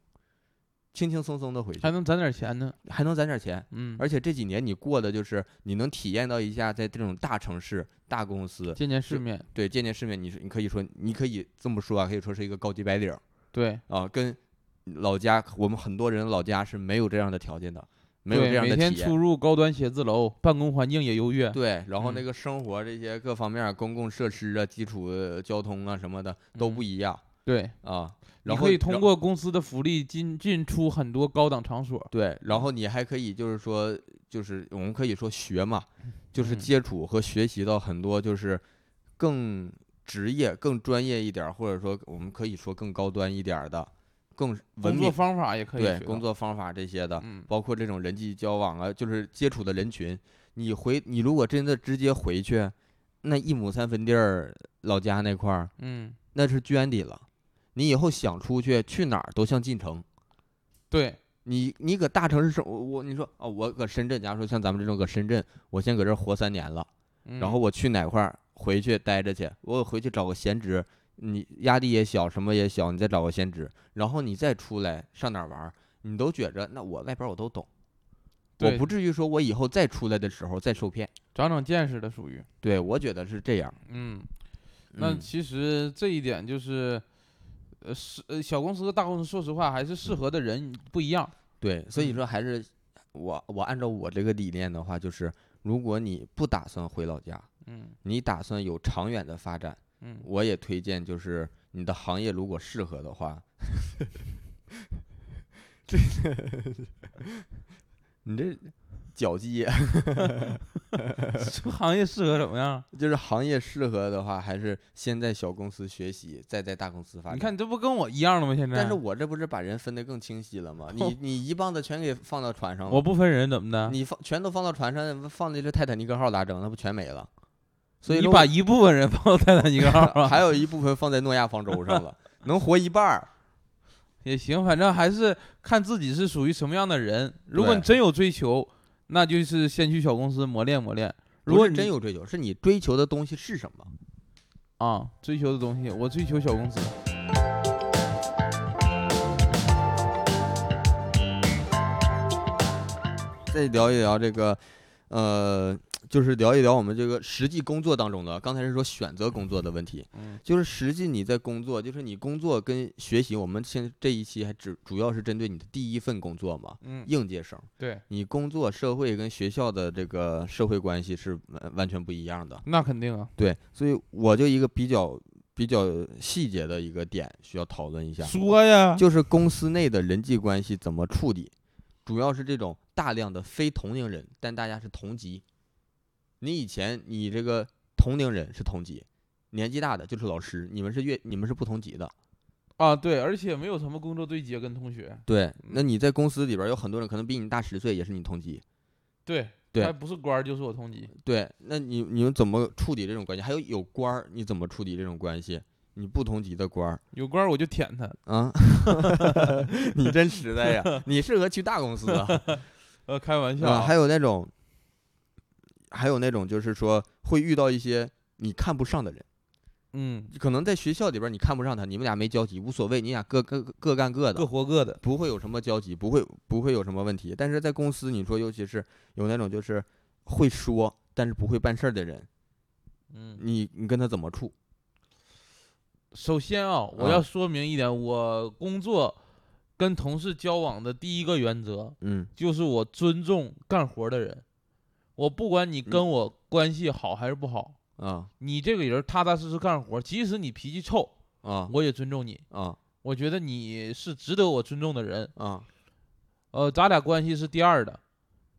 Speaker 1: 轻轻松松的回去
Speaker 2: 还，能攒点钱呢。
Speaker 1: 还能攒点钱。
Speaker 2: 嗯，
Speaker 1: 而且这几年你过的就是你能体验到一下在这种大城市、大公司，
Speaker 2: 见见世
Speaker 1: 就
Speaker 2: 面，
Speaker 1: 对见见世面，你是你可以说你可以这么说啊，可以说是一个高级白领儿
Speaker 2: 对，
Speaker 1: 啊，跟老家我们很多人老家是没有这样的条件的，没有
Speaker 2: 对
Speaker 1: 这样的
Speaker 2: 每天
Speaker 1: 体验
Speaker 2: 出。入高端写字楼，办公环境也优越。
Speaker 1: 对，然后那
Speaker 2: 嗯
Speaker 1: 个生活这些各方面儿公共设施啊、基础呃交通啊什么的都不
Speaker 2: 嗯
Speaker 1: 一样
Speaker 2: 对，
Speaker 1: 啊。
Speaker 2: 你
Speaker 1: 然后
Speaker 2: 可以通
Speaker 1: 然
Speaker 2: 过公司的福利进进出很多高档场所。
Speaker 1: 对，然后你还可以就是说，就是我们可以说学嘛，就是
Speaker 2: 嗯
Speaker 1: 接触和学习到很多就是更职业、更专业一点儿，或者说我们可以说更高端一点儿的、更文
Speaker 2: 工作
Speaker 1: 明
Speaker 2: 方法也可以
Speaker 1: 对
Speaker 2: 学
Speaker 1: 工
Speaker 2: 到，
Speaker 1: 作方法这些的，
Speaker 2: 嗯，
Speaker 1: 包括这种人际交往啊，就是接触的人群。你回你如果真的直接回去，那一亩三分地儿老家那块儿，
Speaker 2: 嗯，
Speaker 1: 那是圈地了。你以后想出去去哪儿都像进城。
Speaker 2: 对，
Speaker 1: 你你搁大城市生，我我你说哦，我搁深圳，假如说像咱们这种搁深圳，我先搁这儿活三年了，然
Speaker 2: 然
Speaker 1: 后我去哪块儿回去待着去，我回去找个闲职，你压力也小，什么也小，你再找个闲职，然后你再出来上哪儿玩儿，你都觉着那我外边儿我都懂，我
Speaker 2: 对
Speaker 1: 不至于说我以后再出来的时候再受骗。
Speaker 2: 长长见识的属于，
Speaker 1: 对，我觉得是这样。
Speaker 2: 嗯，那
Speaker 1: 嗯
Speaker 2: 其实这一点就是，呃是呃小公司和大公司，说实话还是适合的人不一样。
Speaker 1: 对，所
Speaker 2: 嗯
Speaker 1: 以说还是我我按照我这个理念的话，就是如果你不打算回老家，
Speaker 2: 嗯
Speaker 1: 你打算有长远的发展，
Speaker 2: 嗯，
Speaker 1: 我也推荐就是你的行业如果适合的 话，这个你这脚鸡
Speaker 2: 这个行业适合怎么样？
Speaker 1: 就是行业适合的话，还是先在小公司学习，再在大公司发展。
Speaker 2: 你看，你这不跟我一样了吗？现在，
Speaker 1: 但是我这不是把人分得更清晰了吗？你你一棒子全给放到船上了，
Speaker 2: 哦我不分人怎么的？
Speaker 1: 嗯你放全都放到船上，放那只泰坦尼克号咋整？那不全没了？所以
Speaker 2: 你
Speaker 1: 说
Speaker 2: 把一部分人放到泰坦尼克号啊，
Speaker 1: 还有一部分放在诺亚方舟 上了，能活一半儿。
Speaker 2: 也行，反正还是看自己是属于什么样的人。如果
Speaker 1: 对
Speaker 2: 你真有追求，那就是先去小公司磨练磨练。如
Speaker 1: 不
Speaker 2: 果
Speaker 1: 是
Speaker 2: 你
Speaker 1: 真有追求，是你追求的东西是什么？
Speaker 2: 啊，追求的东西，我追求小公司。
Speaker 1: 再聊一聊这个，呃，就是聊一聊我们这个实际工作当中的，刚才是说选择工作的问题，
Speaker 2: 嗯
Speaker 1: 就是实际你在工作，就是你工作跟学习，我们现这一期还只主要是针对你的第一份工作嘛，
Speaker 2: 嗯，
Speaker 1: 应届生，
Speaker 2: 对，
Speaker 1: 你工作、社会跟学校的这个社会关系是呃完完全不一样的，
Speaker 2: 那肯定啊，
Speaker 1: 对，所以我就一个比较比较细节的一个点需要讨论一下，
Speaker 2: 说呀，
Speaker 1: 就是公司内的人际关系怎么处理，主要是这种大量的非同龄人，但大家是同级。你以前你这个同龄人是同级，年纪大的就是老师，你们是越你们是不同级的。
Speaker 2: 啊，对，而且没有什么工作对接跟同学，
Speaker 1: 对，那你在公司里边儿有很多人可能比你大十岁，也是你同级。
Speaker 2: 对，
Speaker 1: 对
Speaker 2: 他不是官儿就是我同级，
Speaker 1: 对，那你你们怎么处理这种关系？还有有官儿，你怎么处理这种关系？你不同级的官儿
Speaker 2: 有官儿我就舔他。
Speaker 1: 啊， 你真实在呀！你适合去大公司啊。
Speaker 2: 呃，开玩笑
Speaker 1: 啊，
Speaker 2: 啊，
Speaker 1: 还有那种，还有那种就是说会遇到一些你看不上的人，
Speaker 2: 嗯，
Speaker 1: 可能在学校里边儿你看不上他，你们俩没交集，无所谓，你俩各各各干各
Speaker 2: 各
Speaker 1: 的，
Speaker 2: 活各的。
Speaker 1: 不会有什么交集，不会不会有什么问题。但是在公司，你说尤其是有那种就是会说但是不会办事儿的人，
Speaker 2: 嗯，
Speaker 1: 你你跟他怎么处？
Speaker 2: 首先啊，我
Speaker 1: 啊
Speaker 2: 要说明一点，呃我工作跟同事交往的第一个原则
Speaker 1: 嗯，
Speaker 2: 就是我尊重干活的人，我不管你跟我关系好还是不好，
Speaker 1: 啊
Speaker 2: 你这个人踏踏实实干活，即使你脾气臭，
Speaker 1: 啊
Speaker 2: 我也尊重你。
Speaker 1: 啊
Speaker 2: 我觉得你是值得我尊重的人。
Speaker 1: 啊
Speaker 2: 呃，咱俩关系是第二的，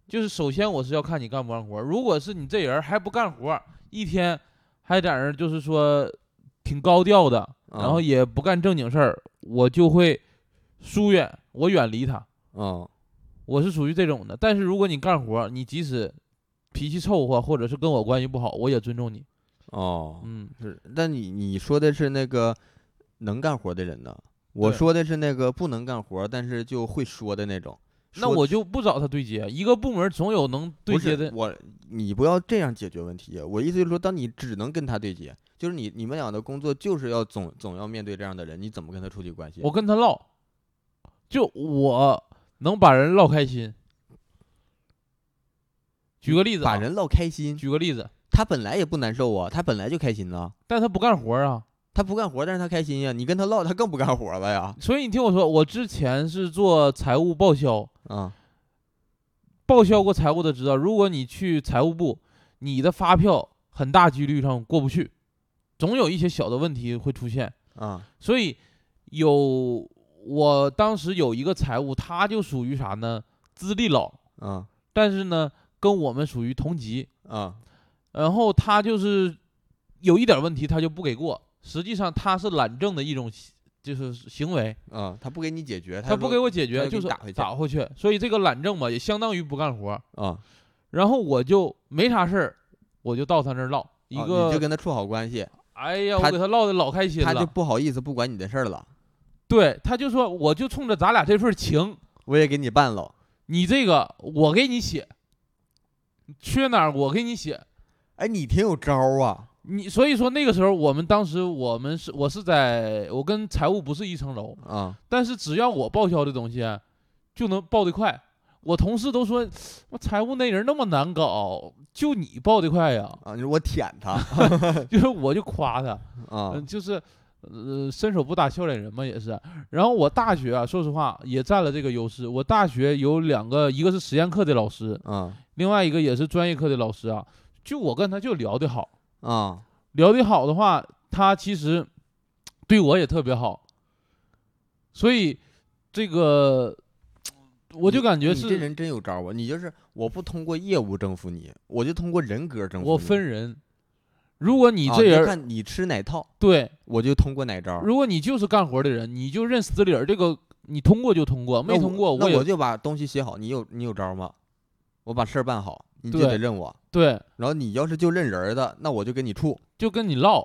Speaker 2: 就是首先我是要看你干不干活儿。如果是你这人还不干活儿，一天还在那儿就是说挺高调的，然后
Speaker 1: 啊
Speaker 2: 也不干正经事儿，我就会疏远，我远离他。
Speaker 1: 啊
Speaker 2: 我是属于这种的。但是如果你干活儿，你即使脾气臭或或者是跟我关系不好，我也尊重你。
Speaker 1: 哦，
Speaker 2: 嗯，
Speaker 1: 是，但你你说的是那个能干活的人呢？我
Speaker 2: 对
Speaker 1: 说的是那个不能干活，但是就会说的那种。
Speaker 2: 那
Speaker 1: 说
Speaker 2: 我就不找他对接。一个部门总有能对
Speaker 1: 不
Speaker 2: 接
Speaker 1: 是
Speaker 2: 的。
Speaker 1: 我，你不要这样解决问题。我意思就是说，当你只能跟他对接，就是你你们俩的工作就是要总总要面对这样的人，你怎么跟他处理关系？
Speaker 2: 我跟他唠，就我能把人唠开心。举个例子、啊，
Speaker 1: 把人唠开心，
Speaker 2: 举个例子，
Speaker 1: 他本来也不难受啊，他本来就开心呢。
Speaker 2: 但他不干活儿啊，
Speaker 1: 他不干活，但是他开心呀。你跟他唠，他更不干活了呀。
Speaker 2: 所以你听我说，我之前是做财务报销，
Speaker 1: 啊
Speaker 2: 报销过财务的知道，如果你去财务部，你的发票很大几率上过不去，总有一些小的问题会出现。
Speaker 1: 啊
Speaker 2: 所以有我当时有一个财务，他就属于啥呢？资历老，
Speaker 1: 啊
Speaker 2: 但是呢跟我们属于同级，
Speaker 1: 啊
Speaker 2: 然后他就是有一点问题，他就不给过。实际上他是懒政的一种行就是行为，
Speaker 1: 啊！他不给你解决，
Speaker 2: 他不给
Speaker 1: 我
Speaker 2: 我解
Speaker 1: 他
Speaker 2: 决，
Speaker 1: 就给
Speaker 2: 就
Speaker 1: 你
Speaker 2: 是
Speaker 1: 打回去
Speaker 2: 打回去。所以这个懒政吧，也相当于不干活。
Speaker 1: 啊，
Speaker 2: 然后我就没啥事儿，我就到他那儿唠一
Speaker 1: 啊
Speaker 2: 个，
Speaker 1: 你就跟他处好关系，
Speaker 2: 哎呀，
Speaker 1: 他
Speaker 2: 我给他唠的老开心
Speaker 1: 他就
Speaker 2: 了。
Speaker 1: 不好意思不管你的事儿了，
Speaker 2: 对，他就说，我就冲着咱俩这份情，
Speaker 1: 我也给你办了。
Speaker 2: 你这个我给你写，缺哪儿我给你写。
Speaker 1: 哎，你挺有招儿啊！
Speaker 2: 你所以说那个时候，我们当时我们是我是在我跟财务不是一层楼，
Speaker 1: 啊
Speaker 2: 但是只要我报销的东西，啊就能报得快。我同事都说，我财务那人那么难搞，就 你报得快呀。
Speaker 1: 啊，你说我舔他
Speaker 2: 就是我就夸他，
Speaker 1: 啊
Speaker 2: 嗯，就是呃，伸手不打笑脸人嘛，也是。然后我大学啊，说实话也占了这个优势。我大学有两个，一个是实验课的老师，
Speaker 1: 啊
Speaker 2: 另外一个也是专业课的老师啊。就我跟他就聊得好，
Speaker 1: 啊
Speaker 2: 聊得好的话，他其实对我也特别好，所以这个我就
Speaker 1: 你
Speaker 2: 感觉
Speaker 1: 你这
Speaker 2: 是
Speaker 1: 人真有招儿啊！你就是我不通过业务征服你，我就通过人格征服你。
Speaker 2: 我分人。如果你
Speaker 1: 啊
Speaker 2: 这人、
Speaker 1: 看你吃哪套，
Speaker 2: 对，
Speaker 1: 我就通过哪招儿。
Speaker 2: 如果你就是干活的人，你就认死理儿，这个你通过就通过，
Speaker 1: 那
Speaker 2: 没通过
Speaker 1: 那
Speaker 2: 也
Speaker 1: 我就把东西写好。你有你有招儿吗？我把事儿办好，你就
Speaker 2: 对
Speaker 1: 得认我。
Speaker 2: 对，
Speaker 1: 然后你要是就认人儿的，那我就跟你处。
Speaker 2: 就跟你唠。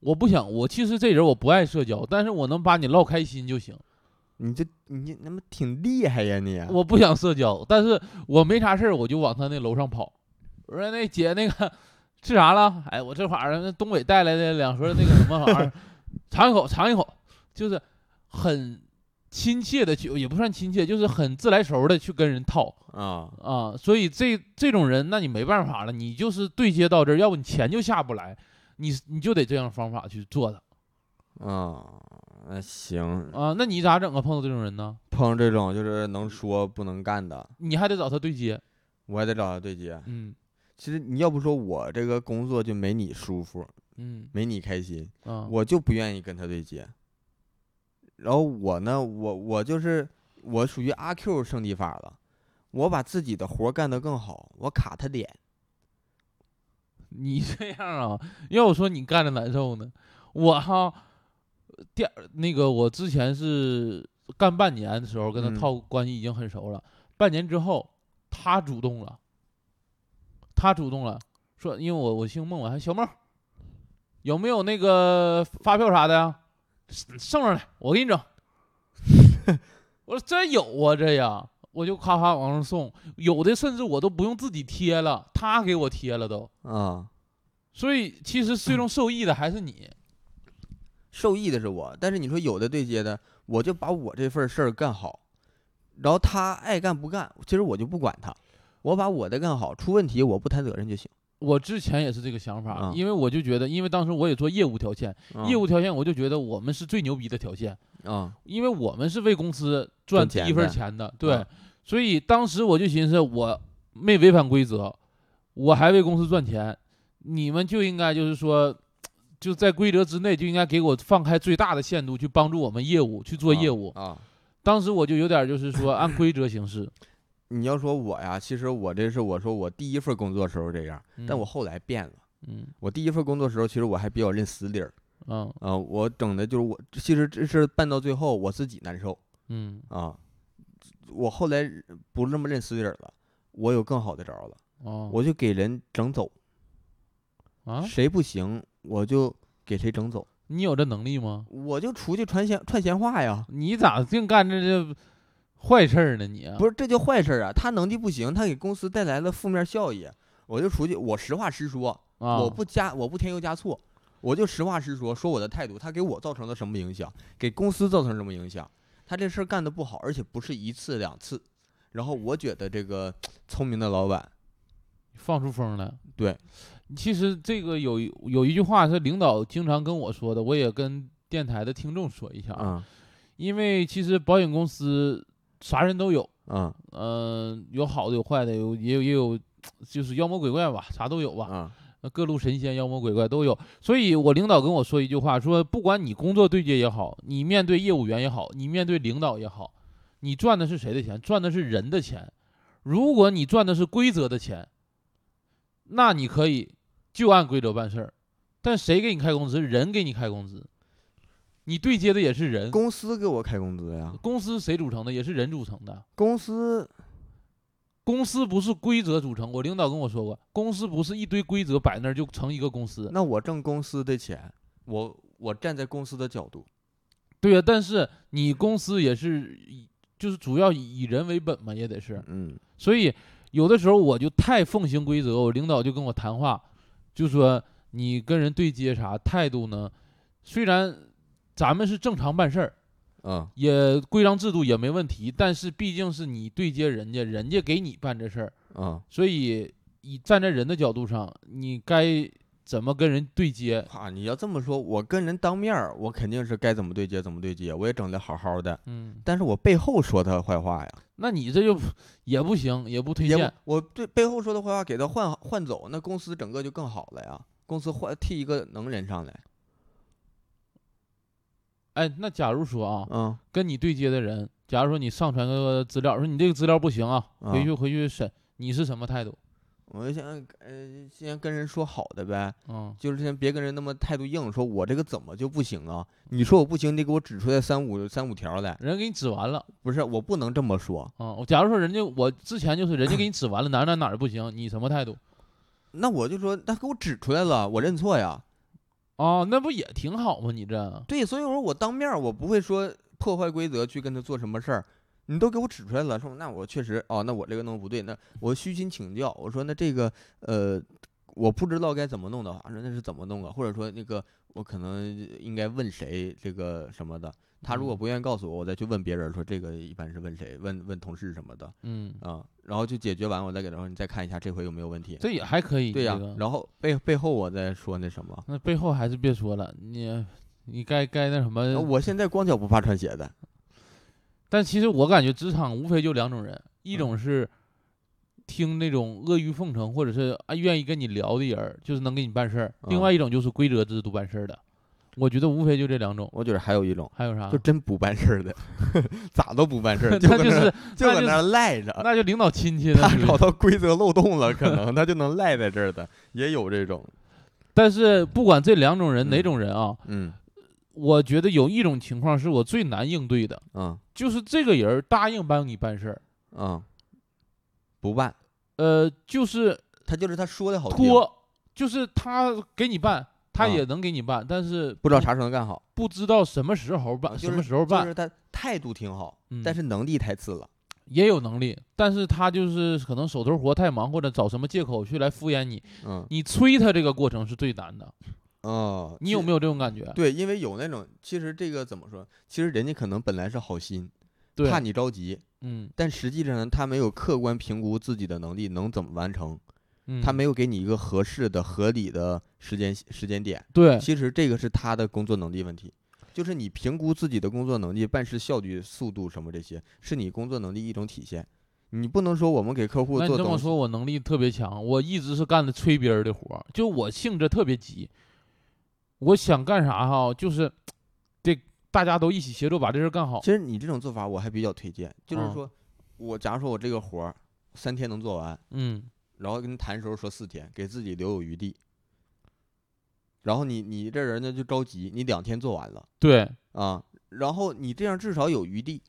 Speaker 2: 我不想，我其实这人我不爱社交，但是我能把你唠开心就行。
Speaker 1: 你这你他妈挺厉害呀你！
Speaker 2: 我不想社交，但是我没啥事儿，我就往他那楼上跑。我说那姐那个吃啥了？哎，我这会儿那东北带来的两盒那个什么玩意儿，尝一口，尝一口，就是很亲切的去，也不算亲切，就是很自来熟的去跟人套
Speaker 1: 啊
Speaker 2: 啊。所以这这种人，那你没办法了，你就是对接到这儿，要不你钱就下不来，你你就得这样方法去做的
Speaker 1: 啊，那行，
Speaker 2: 啊。那你咋整啊？碰到这种人呢，
Speaker 1: 碰上这种就是能说不能干的，
Speaker 2: 你还得找他对接，
Speaker 1: 我还得找他对接。
Speaker 2: 嗯
Speaker 1: 其实你要不说我这个工作就没你舒服，
Speaker 2: 嗯
Speaker 1: 没你开心，
Speaker 2: 啊，
Speaker 1: 我就不愿意跟他对接。然后我呢，我我就是我属于阿 Q 圣地法了，我把自己的活儿干得更好，我卡他脸。
Speaker 2: 你 这样啊，要我说你干的难受呢。我哈，第二那个我之前是干半年的时候跟他
Speaker 1: 嗯
Speaker 2: 套关系已经很熟了，半年之后他主动了，他主动了，说因为我我姓孟，我还小孟，有没有那个发票啥的呀？送上来，我给你整。 我说真有啊，这呀，我就咔咔往上送，有的甚至我都不用自己贴了，他给我贴了都。
Speaker 1: 啊、
Speaker 2: 所以其实最终受益的还是你。
Speaker 1: 受益的是我，但是你说有的对接的，我就把我这份儿事儿干好，然后他爱干不干，其实我就不管他，我把我的干好，出问题我不担责任就行。
Speaker 2: 我之前也是这个想法，
Speaker 1: 啊
Speaker 2: 因为我就觉得，因为当时我也做业务条线，业务条线我就觉得我们是最牛逼的条线，
Speaker 1: 啊、
Speaker 2: 因为我们是为公司赚第
Speaker 1: 赚
Speaker 2: 一份
Speaker 1: 钱
Speaker 2: 钱的，对。
Speaker 1: 啊
Speaker 2: 所以当时我就寻思，我没违反规则，我还为公司赚钱，你们就应该就是说。就在规则之内，就应该给我放开最大的限度去帮助我们业务去做业务。
Speaker 1: 啊。
Speaker 2: 当时我就有点就是说按规则行事，
Speaker 1: 你要说我呀，其实我这是我说我第一份工作时候这样，但我后来变了。
Speaker 2: 嗯
Speaker 1: 我第一份工作时候，其实我还比较认死理儿
Speaker 2: 嗯
Speaker 1: 啊、我整的就是我，其实这事儿办到最后我自己难受
Speaker 2: 嗯
Speaker 1: 啊、我后来不那么认死理儿了，我有更好的招儿了，
Speaker 2: 哦
Speaker 1: 我就给人整走，
Speaker 2: 啊，
Speaker 1: 谁不行我就给谁整走，
Speaker 2: 你有这能力吗？
Speaker 1: 我就出去传闲串闲话呀。
Speaker 2: 你咋净干这这坏事儿呢？你啊
Speaker 1: 不是，这叫坏事儿啊！他能力不行，他给公司带来了负面效益。我就出去，我实话实说，
Speaker 2: 啊，
Speaker 1: 我不加，我不添油加醋，我就实话实说，说我的态度，他给我造成了什么影响，给公司造成什么影响。他这事儿干得不好，而且不是一次两次。然后我觉得这个聪明的老板，
Speaker 2: 放出风来。
Speaker 1: 对，
Speaker 2: 其实这个有一有一句话是领导经常跟我说的，我也跟电台的听众说一下啊，
Speaker 1: 嗯
Speaker 2: 因为其实保险公司啥人都有，
Speaker 1: 嗯
Speaker 2: 嗯，有好的有坏的，有也有也有。就是妖魔鬼怪吧，啥都有吧，
Speaker 1: 嗯
Speaker 2: 那各路神仙、妖魔鬼怪都有。所以我领导跟我说一句话，说不管你工作对接也好，你面对业务员也好，你面对领导也好，你赚的是谁的钱？赚的是人的钱。如果你赚的是规则的钱，那你可以就按规则办事儿。但谁给你开工资？人给你开工资，你对接的也是人。
Speaker 1: 公司给我开工资呀，
Speaker 2: 公司谁组成的？也是人组成的。
Speaker 1: 公司
Speaker 2: 公司不是规则组成，我领导跟我说过，公司不是一堆规则摆那儿就成一个公司。
Speaker 1: 那我挣公司的钱，我我站在公司的角度，
Speaker 2: 对呀、但是你公司也是以，就是主要以以人为本嘛，也得是。
Speaker 1: 嗯
Speaker 2: 所以有的时候我就太奉行规则，我领导就跟我谈话，就说你跟人对接啥态度呢？虽然咱们是正常办事儿，
Speaker 1: 嗯
Speaker 2: 也规章制度也没问题，但是毕竟是你对接人家，人家给你办这事儿，
Speaker 1: 嗯
Speaker 2: 所以以站在人的角度上，你该怎么跟人对接。
Speaker 1: 啊，你要这么说，我跟人当面儿，我肯定是该怎么对接怎么对接，我也整得好好的。
Speaker 2: 嗯，
Speaker 1: 但是我背后说他坏话呀，
Speaker 2: 那你这就也不行，也不推
Speaker 1: 也
Speaker 2: 荐。
Speaker 1: 不我对背后说的坏话给他换换走，那公司整个就更好了呀。公司换替一个能人上来，
Speaker 2: 哎，那假如说啊，
Speaker 1: 嗯，
Speaker 2: 跟你对接的人，假如说你上传个资料，说你这个资料不行啊，
Speaker 1: 啊
Speaker 2: 回去回去审，你是什么态度？
Speaker 1: 我就想呃，先跟人说好的呗，
Speaker 2: 嗯，
Speaker 1: 就是先别跟人那么态度硬，说我这个怎么就不行啊？你说我不行，你得给我指出来三五三五条来，
Speaker 2: 人给你指完了
Speaker 1: 不是我不能这么说。
Speaker 2: 啊、我假如说人家我之前就是人家给你指完了哪儿哪儿哪儿不行，你什么态度？
Speaker 1: 那我就说，他给我指出来了，我认错呀。
Speaker 2: 啊，那不也挺好吗？你这
Speaker 1: 对，所以我说我当面儿我不会说破坏规则去跟他做什么事儿，你都给我指出来了，说那我确实哦，那我这个弄不对，那我虚心请教，我说那这个呃。我不知道该怎么弄的话，说那是怎么弄啊？或者说那个我可能应该问谁这个什么的，他如果
Speaker 2: 嗯
Speaker 1: 不愿意告诉我，我再去问别人说这个一般是问谁，问问同事什么的
Speaker 2: 嗯，
Speaker 1: 啊、然后就解决完，我再给他说你再看一下这回有没有问题。
Speaker 2: 这也还可以。
Speaker 1: 对呀、
Speaker 2: 这个
Speaker 1: 然后背背后我再说那什么，
Speaker 2: 那背后还是别说了，你你该该那什么。
Speaker 1: 呃我现在光脚不怕穿鞋的，
Speaker 2: 但其实我感觉职场无非就两种人，一种
Speaker 1: 嗯
Speaker 2: 是听那种阿谀奉承或者是啊愿意跟你聊的人儿，就是能给你办事儿；另
Speaker 1: 嗯
Speaker 2: 外一种就是规则制度办事儿的。我觉得无非就这两种，
Speaker 1: 我觉得还有一种。
Speaker 2: 还有啥
Speaker 1: 就？真不办事儿的， 咋都不办事 儿，就
Speaker 2: 那
Speaker 1: 搁
Speaker 2: 啊就
Speaker 1: 那
Speaker 2: 是
Speaker 1: 就
Speaker 2: 那
Speaker 1: 搁
Speaker 2: 就
Speaker 1: 那儿赖着。
Speaker 2: 那就领导亲戚了
Speaker 1: 他。
Speaker 2: 是不
Speaker 1: 找
Speaker 2: 是
Speaker 1: 到规则漏洞了，可能他就能赖在这儿的，也有这种。
Speaker 2: 但是不管这两种人
Speaker 1: 嗯
Speaker 2: 哪种人啊，
Speaker 1: 嗯
Speaker 2: 我觉得有一种情况是我最难应对的，
Speaker 1: 嗯
Speaker 2: 就是这个人儿答应帮你办事儿，
Speaker 1: 嗯，不办，
Speaker 2: 呃，就是
Speaker 1: 他就是他说的好听，
Speaker 2: 拖，就是他给你办，他
Speaker 1: 啊
Speaker 2: 也能给你办，但是
Speaker 1: 不知道啥时候能干好，
Speaker 2: 不知道什么时候办，
Speaker 1: 啊就是
Speaker 2: 什么时候
Speaker 1: 就
Speaker 2: 办，
Speaker 1: 是他态度挺好，
Speaker 2: 嗯
Speaker 1: 但是能力太次了。
Speaker 2: 也有能力，但是他就是可能手头活太忙，或者找什么借口去来敷衍你。
Speaker 1: 嗯
Speaker 2: 你催他这个过程是最难的，
Speaker 1: 嗯，
Speaker 2: 你有
Speaker 1: 其
Speaker 2: 没有这种感觉？
Speaker 1: 对？因为有那种，其实这个怎么说？其实人家可能本来是好心，
Speaker 2: 对，
Speaker 1: 怕你着急，
Speaker 2: 嗯
Speaker 1: 但实际上呢他没有客观评估自己的能力能怎么完成，
Speaker 2: 嗯，
Speaker 1: 他没有给你一个合适的、合理的时间时间点。
Speaker 2: 对
Speaker 1: 其实这个是他的工作能力问题，就是你评估自己的工作能力、办事效率、速度什么这些，是你工作能力一种体现。你不能说我们给客户
Speaker 2: 那你
Speaker 1: 做
Speaker 2: 这么
Speaker 1: 东西，
Speaker 2: 说，我能力特别强，我一直是干的催别人的活儿，就我性子特别急，我想干啥哈，就是得大家都一起协作把这事儿干好。
Speaker 1: 其实你这种做法我还比较推荐，就是
Speaker 2: 嗯
Speaker 1: 说，我假如说我这个活儿三天能做完，
Speaker 2: 嗯，
Speaker 1: 然后跟他谈的时候说四天，给自己留有余地。然后你你这人呢就着急，你两天做完了。
Speaker 2: 对，
Speaker 1: 啊，然后你这样至少有余地，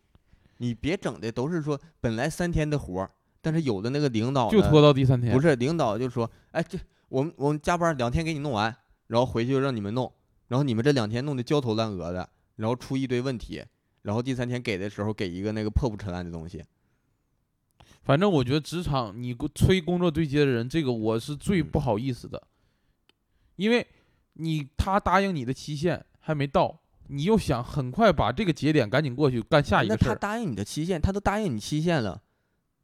Speaker 1: 你别整的都是说本来三天的活儿，但是有的那个领导
Speaker 2: 就
Speaker 1: 呢
Speaker 2: 拖到第三天。
Speaker 1: 不是领导就说，哎，这我们我们加班两天给你弄完，然后回去就让你们弄，然后你们这两天弄得焦头烂额的，然后出一堆问题，然后第三天给的时候给一个那个破不成烂的东西，
Speaker 2: 反正我觉得职场你给我催工作对接的人，这个我是最
Speaker 1: 嗯
Speaker 2: 不好意思的，因为你他答应你的期限还没到，你又想很快把这个节点赶紧过去干下一
Speaker 1: 那
Speaker 2: 个事
Speaker 1: 他
Speaker 2: 儿。
Speaker 1: 答应你的期限，他都答应你期限了，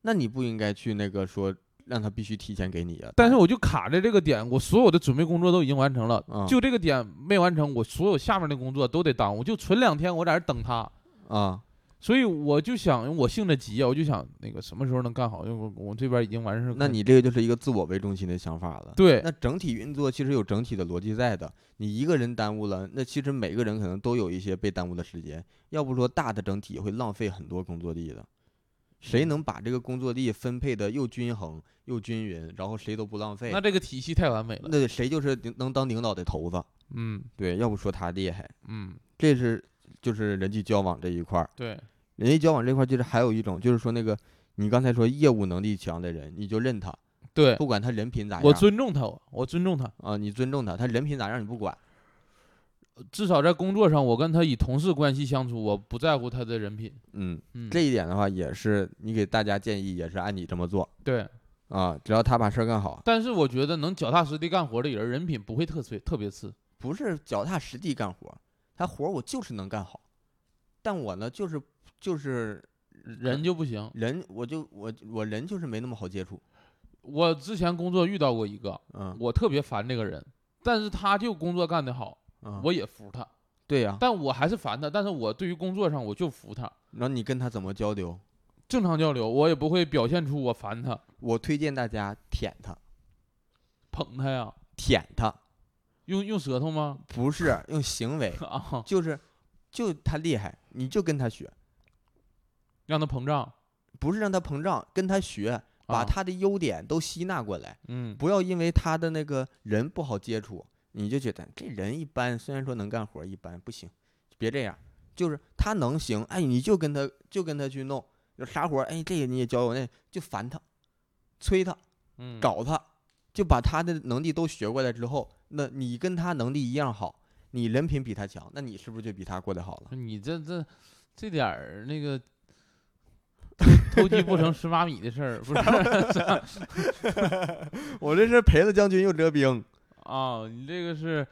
Speaker 1: 那你不应该去那个说让他必须提前给你啊，
Speaker 2: 但是我就卡在这个点，我所有的准备工作都已经完成了，
Speaker 1: 嗯
Speaker 2: 就这个点没完成，我所有下面的工作都得耽误，就存两天我在这儿等他。
Speaker 1: 啊，
Speaker 2: 所以我就想，我性子急啊，我就想那个什么时候能干好，因为我我这边已经完事儿。
Speaker 1: 那你这个就是一个自我为中心的想法了。
Speaker 2: 对
Speaker 1: 那整体运作其实有整体的逻辑在的，你一个人耽误了，那其实每个人可能都有一些被耽误的时间，要不说大的整体会浪费很多工作力的。谁
Speaker 2: 嗯
Speaker 1: 能把这个工作力分配的又均衡又均匀，然后谁都不浪费
Speaker 2: 那，这个体系太完美了。
Speaker 1: 那谁就是顶能当领导的头子。
Speaker 2: 嗯
Speaker 1: 对，要不说他厉害，
Speaker 2: 嗯，
Speaker 1: 这是就是人际交往这一块儿。
Speaker 2: 对，
Speaker 1: 人际交往这块儿就是还有一种，就是说那个你刚才说业务能力强的人，你就认他，
Speaker 2: 对
Speaker 1: 不管他人品咋样，
Speaker 2: 我尊重他，我尊重他。
Speaker 1: 啊，你尊重他，他人品咋样你不管。
Speaker 2: 至少在工作上，我跟他以同事关系相处，我不在乎他的人品。
Speaker 1: 嗯，
Speaker 2: 嗯，
Speaker 1: 这一点的话也是你给大家建议，也是按你这么做
Speaker 2: 对。
Speaker 1: 啊。只要他把事儿干好，
Speaker 2: 但是我觉得能脚踏实地干活的人，人品不会特次特别次。
Speaker 1: 不是脚踏实地干活儿，他活儿我就是能干好，但我呢就是就是
Speaker 2: 人就不行。
Speaker 1: 人，我就我我人就是没那么好接触。
Speaker 2: 我之前工作遇到过一个，
Speaker 1: 嗯
Speaker 2: 我特别烦这个人，但是他就工作干得好，
Speaker 1: 嗯
Speaker 2: 我也服他，
Speaker 1: 对呀、
Speaker 2: 但我还是烦他，但是我对于工作上我就服他，
Speaker 1: 然后你跟他怎么交流？
Speaker 2: 正常交流，我也不会表现出我烦他、
Speaker 1: 我推荐大家舔他，
Speaker 2: 捧他呀，
Speaker 1: 舔他，
Speaker 2: 用用舌头吗？，
Speaker 1: 不是用行为
Speaker 2: 啊，
Speaker 1: 就是就他厉害，你就跟他学，
Speaker 2: 让他膨胀，
Speaker 1: 不是让他膨胀，跟他学，把
Speaker 2: 啊
Speaker 1: 他的优点都吸纳过来，
Speaker 2: 嗯
Speaker 1: 不要因为他的那个人不好接触，你就觉得这人一般，虽然说能干活儿一般不行，别这样，就是他能行，哎，你就跟他就跟他去弄，就啥活儿，哎，这个你也教我，那就烦他，催他，
Speaker 2: 嗯，
Speaker 1: 搞他，就把他的能力都学过来之后，那你跟他能力一样好，你人品比他强，那你是不是就比他过得好了？
Speaker 2: 啊你这这这点儿那个偷偷鸡不成蚀把米的事儿，不是
Speaker 1: 我这是赔了将军又折兵，
Speaker 2: 啊？你这个是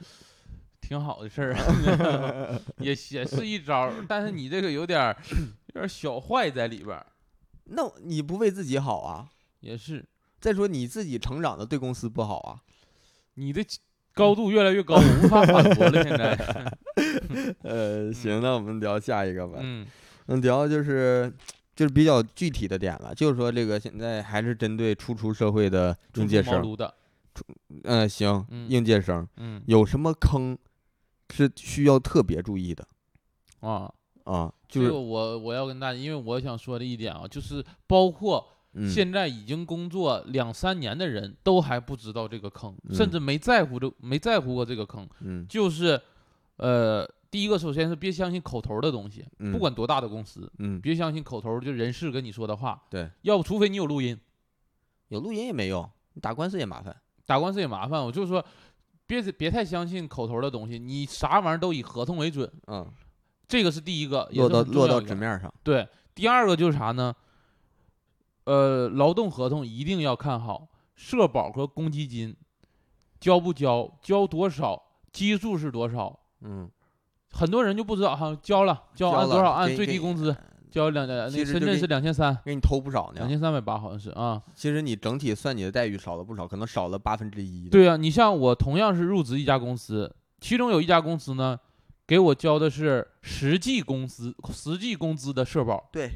Speaker 2: 挺好的事儿啊， 也也是一招儿，但是你这个有点儿有点儿小坏在里边儿，
Speaker 1: 那你不为自己好啊？
Speaker 2: 也是
Speaker 1: 再说你自己成长的对公司不好啊？
Speaker 2: 你的高度越来越高，我无法反驳了。现 在，
Speaker 1: 呃，行，那我们聊下一个吧。
Speaker 2: 嗯
Speaker 1: 嗯，聊就是就是比较具体的点了，就是说这个现在还是针对初出社会的应届
Speaker 2: 初出茅
Speaker 1: 生。
Speaker 2: 庐的，
Speaker 1: 嗯、行，
Speaker 2: 嗯
Speaker 1: 应届生
Speaker 2: 嗯
Speaker 1: 有什么坑是需要特别注意的
Speaker 2: 啊，
Speaker 1: 啊？
Speaker 2: 这
Speaker 1: 就是
Speaker 2: 个我我要跟大家，因为我想说的一点啊，就是包括
Speaker 1: 嗯，
Speaker 2: 现在已经工作两三年的人都还不知道这个坑，
Speaker 1: 嗯
Speaker 2: 甚至没在乎这没在乎过这个坑，
Speaker 1: 嗯
Speaker 2: 就是，呃，第一个首先是别相信口头的东西，
Speaker 1: 嗯
Speaker 2: 不管多大的公司，
Speaker 1: 嗯，
Speaker 2: 别相信口头就人事跟你说的话，
Speaker 1: 对，
Speaker 2: 要不除非你有录音，
Speaker 1: 有录音也没用，你打官司也麻烦。
Speaker 2: 打官司也麻烦。我就说，别别太相信口头的东西，你啥玩意儿都以合同为准，
Speaker 1: 嗯，
Speaker 2: 这个是第一个，也
Speaker 1: 落
Speaker 2: 是
Speaker 1: 到
Speaker 2: 很重
Speaker 1: 落
Speaker 2: 要
Speaker 1: 到
Speaker 2: 一个
Speaker 1: 纸面上。
Speaker 2: 对，第二个就是啥呢？呃，劳动合同一定要看好，社保和公积金交不交，交多少，基数是多少。
Speaker 1: 嗯，
Speaker 2: 很多人就不知道哈，交了，交
Speaker 1: 交
Speaker 2: 按多
Speaker 1: 了
Speaker 2: 少按
Speaker 1: 给
Speaker 2: 最
Speaker 1: 给
Speaker 2: 低工资，交两呃
Speaker 1: 其
Speaker 2: 那
Speaker 1: 实
Speaker 2: 深
Speaker 1: 就
Speaker 2: 圳
Speaker 1: 给
Speaker 2: 是两千三，
Speaker 1: 给你偷不少
Speaker 2: 两
Speaker 1: 呢。
Speaker 2: 千三百八好像是啊。
Speaker 1: 其实你整体算你的待遇少了不少，可能少了八分之一。，
Speaker 2: 对啊，你像我同样是入职一家公司，其中有一家公司呢，给我交的是实际工资，实际工资的社保。
Speaker 1: 对，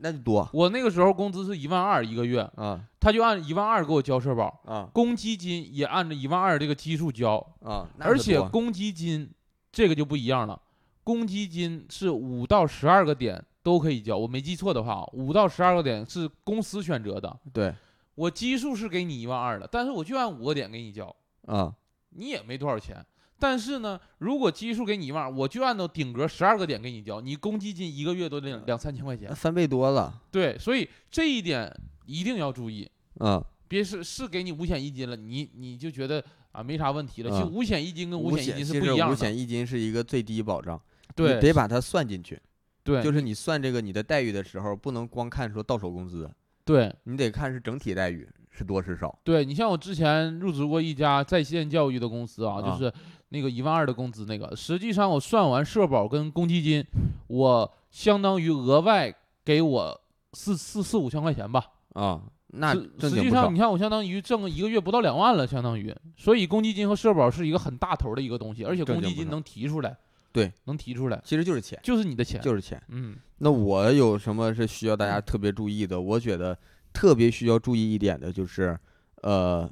Speaker 1: 那就多
Speaker 2: 我那个时候工资是一万二一个月，
Speaker 1: 啊
Speaker 2: 他就按一万二给我交社保。
Speaker 1: 啊
Speaker 2: 公积金也按照一万二这个基数交，
Speaker 1: 啊！那
Speaker 2: 而
Speaker 1: 就
Speaker 2: 且
Speaker 1: 多
Speaker 2: 公积金这个就不一样了，公积金是五到十二个点都可以交，我没记错的话，啊五到十二个点是公司选择的，
Speaker 1: 对
Speaker 2: 我基数是给你一万二的，但是我就按五个点给你交，
Speaker 1: 啊，
Speaker 2: 你也没多少钱。但是呢，如果基数给你一万二，我就按照顶格十二个点给你交，你公积金一个月都
Speaker 1: 嗯
Speaker 2: 两两三千块钱
Speaker 1: 那。翻倍多了。
Speaker 2: 对，所以这一点一定要注意。
Speaker 1: 嗯，
Speaker 2: 别是是给你五险一金了，你你就觉得啊没啥问题了。其实
Speaker 1: 嗯
Speaker 2: 五险一金跟
Speaker 1: 五
Speaker 2: 险一金
Speaker 1: 其
Speaker 2: 是不
Speaker 1: 实
Speaker 2: 一样
Speaker 1: 五
Speaker 2: 的，
Speaker 1: 险一金是一个最低保障，你
Speaker 2: 对
Speaker 1: 得把它算进去。
Speaker 2: 对
Speaker 1: 就是你算这个你的待遇的时候，不能光看说到手工资，
Speaker 2: 对
Speaker 1: 你得看是整体待遇是多是少。
Speaker 2: 对。你像我之前入职过一家在线教育的公司啊，
Speaker 1: 啊
Speaker 2: 就是那个一万二的工资那个，实际上我算完社保跟公积金，我相当于额外给我四四四五千块钱吧。
Speaker 1: 啊，那
Speaker 2: 实
Speaker 1: 正
Speaker 2: 实
Speaker 1: 经
Speaker 2: 际
Speaker 1: 不少
Speaker 2: 上，你。看我相当于挣一个月不到两万了，相当于，所以公积金和社保是一个很大头的一个东西，而且
Speaker 1: 正
Speaker 2: 公
Speaker 1: 经
Speaker 2: 积
Speaker 1: 不
Speaker 2: 金
Speaker 1: 少
Speaker 2: 能提出来，
Speaker 1: 对，
Speaker 2: 能提出来，
Speaker 1: 其实就是钱，
Speaker 2: 就是你的钱，
Speaker 1: 就是钱。
Speaker 2: 嗯。
Speaker 1: 那我有什么是需要大家特别注意的？我觉得特别需要注意一点的就是，呃，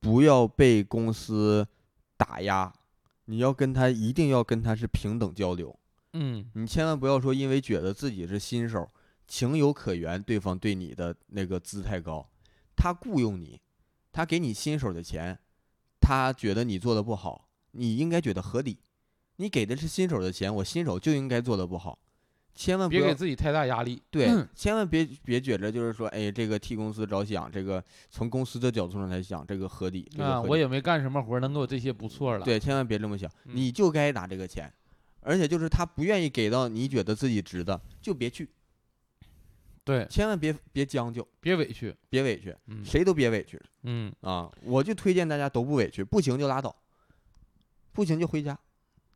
Speaker 1: 不要被公司打压，你要跟他一定要跟他是平等交流，
Speaker 2: 嗯
Speaker 1: 你千万不要说因为觉得自己是新手，情有可原，对方对你的那个姿态高，他雇佣你，他给你新手的钱，他觉得你做的不好，你应该觉得合理。你给的是新手的钱，我新手就应该做的不好，千万，不
Speaker 2: 别
Speaker 1: 要
Speaker 2: 给自己太大压力。嗯
Speaker 1: 对，千万别别觉着就是说，哎，这个替公司着想，这个从公司的角度上来想，这个合理。这个
Speaker 2: 啊，
Speaker 1: 合
Speaker 2: 我
Speaker 1: 理
Speaker 2: 也没干什么活儿，能给我这些不错了。，
Speaker 1: 对，千万别这么想，
Speaker 2: 嗯
Speaker 1: 你就该拿这个钱，而且就是他不愿意给到你觉得自己值的，就别去，
Speaker 2: 对，
Speaker 1: 千万别别将就，
Speaker 2: 别委屈。
Speaker 1: 别委屈，
Speaker 2: 嗯
Speaker 1: 谁都别委屈
Speaker 2: 嗯，
Speaker 1: 啊！我就推荐大家都不委屈，不行就拉倒，不行就回家。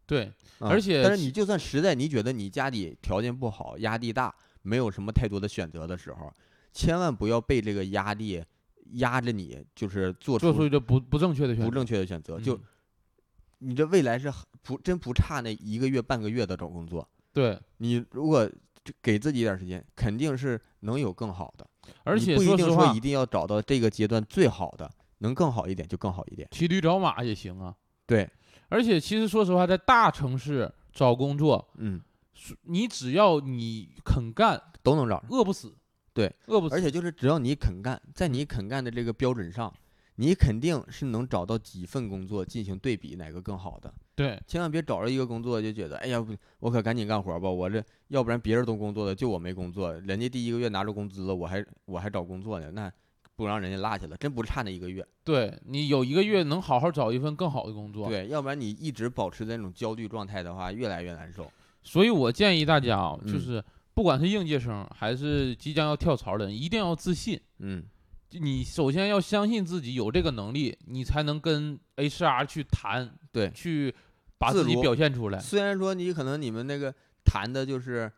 Speaker 2: 对，
Speaker 1: 啊
Speaker 2: 而且
Speaker 1: 但是你就算实在你觉得你家里条件不好，压力大，没有什么太多的选择的时候，千万不要被这个压力压着你，就是做
Speaker 2: 做出
Speaker 1: 出
Speaker 2: 一个不不正确的选择。
Speaker 1: 不正确的选择，就
Speaker 2: 嗯
Speaker 1: 你这未来是很不真不差那一个月半个月的找工作，
Speaker 2: 对，
Speaker 1: 你如果这给自己一点儿时间，肯定是能有更好的。
Speaker 2: 而
Speaker 1: 你
Speaker 2: 且
Speaker 1: 不一
Speaker 2: 说
Speaker 1: 定
Speaker 2: 实
Speaker 1: 说
Speaker 2: 话
Speaker 1: 一，定要找到这个阶段最好的，能更好一点就更好一点。
Speaker 2: 骑驴找马也行啊。
Speaker 1: 对，
Speaker 2: 而且其实说实话，在大城市找工作，
Speaker 1: 嗯，
Speaker 2: 你只要你肯干，
Speaker 1: 都能找着。
Speaker 2: 饿不死。
Speaker 1: 对，
Speaker 2: 饿不死。
Speaker 1: 而且就是只要你肯干，在你肯干的这个标准上，你肯定是能找到几份工作进行对比，哪个更好的。
Speaker 2: 对
Speaker 1: 千万别找着一个工作就觉得，哎呀，不我可赶紧干活儿吧，我这要不然别人都工作了，就我没工作，人家第一个月拿着工资了，我还我还找工作呢，那不让人家落下了，真不差那一个月。
Speaker 2: 对，你有一个月能好好找一份更好的工作。，
Speaker 1: 对，要不然你一直保持在那种焦虑状态的话，越来越难受。
Speaker 2: 所以我建议大家啊，就
Speaker 1: 嗯
Speaker 2: 是不管是应届生还是即将要跳槽的人，一定要自信。
Speaker 1: 嗯，
Speaker 2: 就你首先要相信自己有这个能力，你才能跟 HR 去谈，
Speaker 1: 对
Speaker 2: 去把
Speaker 1: 自
Speaker 2: 自己
Speaker 1: 如
Speaker 2: 表现出来。
Speaker 1: 虽然说你可能你们那个谈的就是，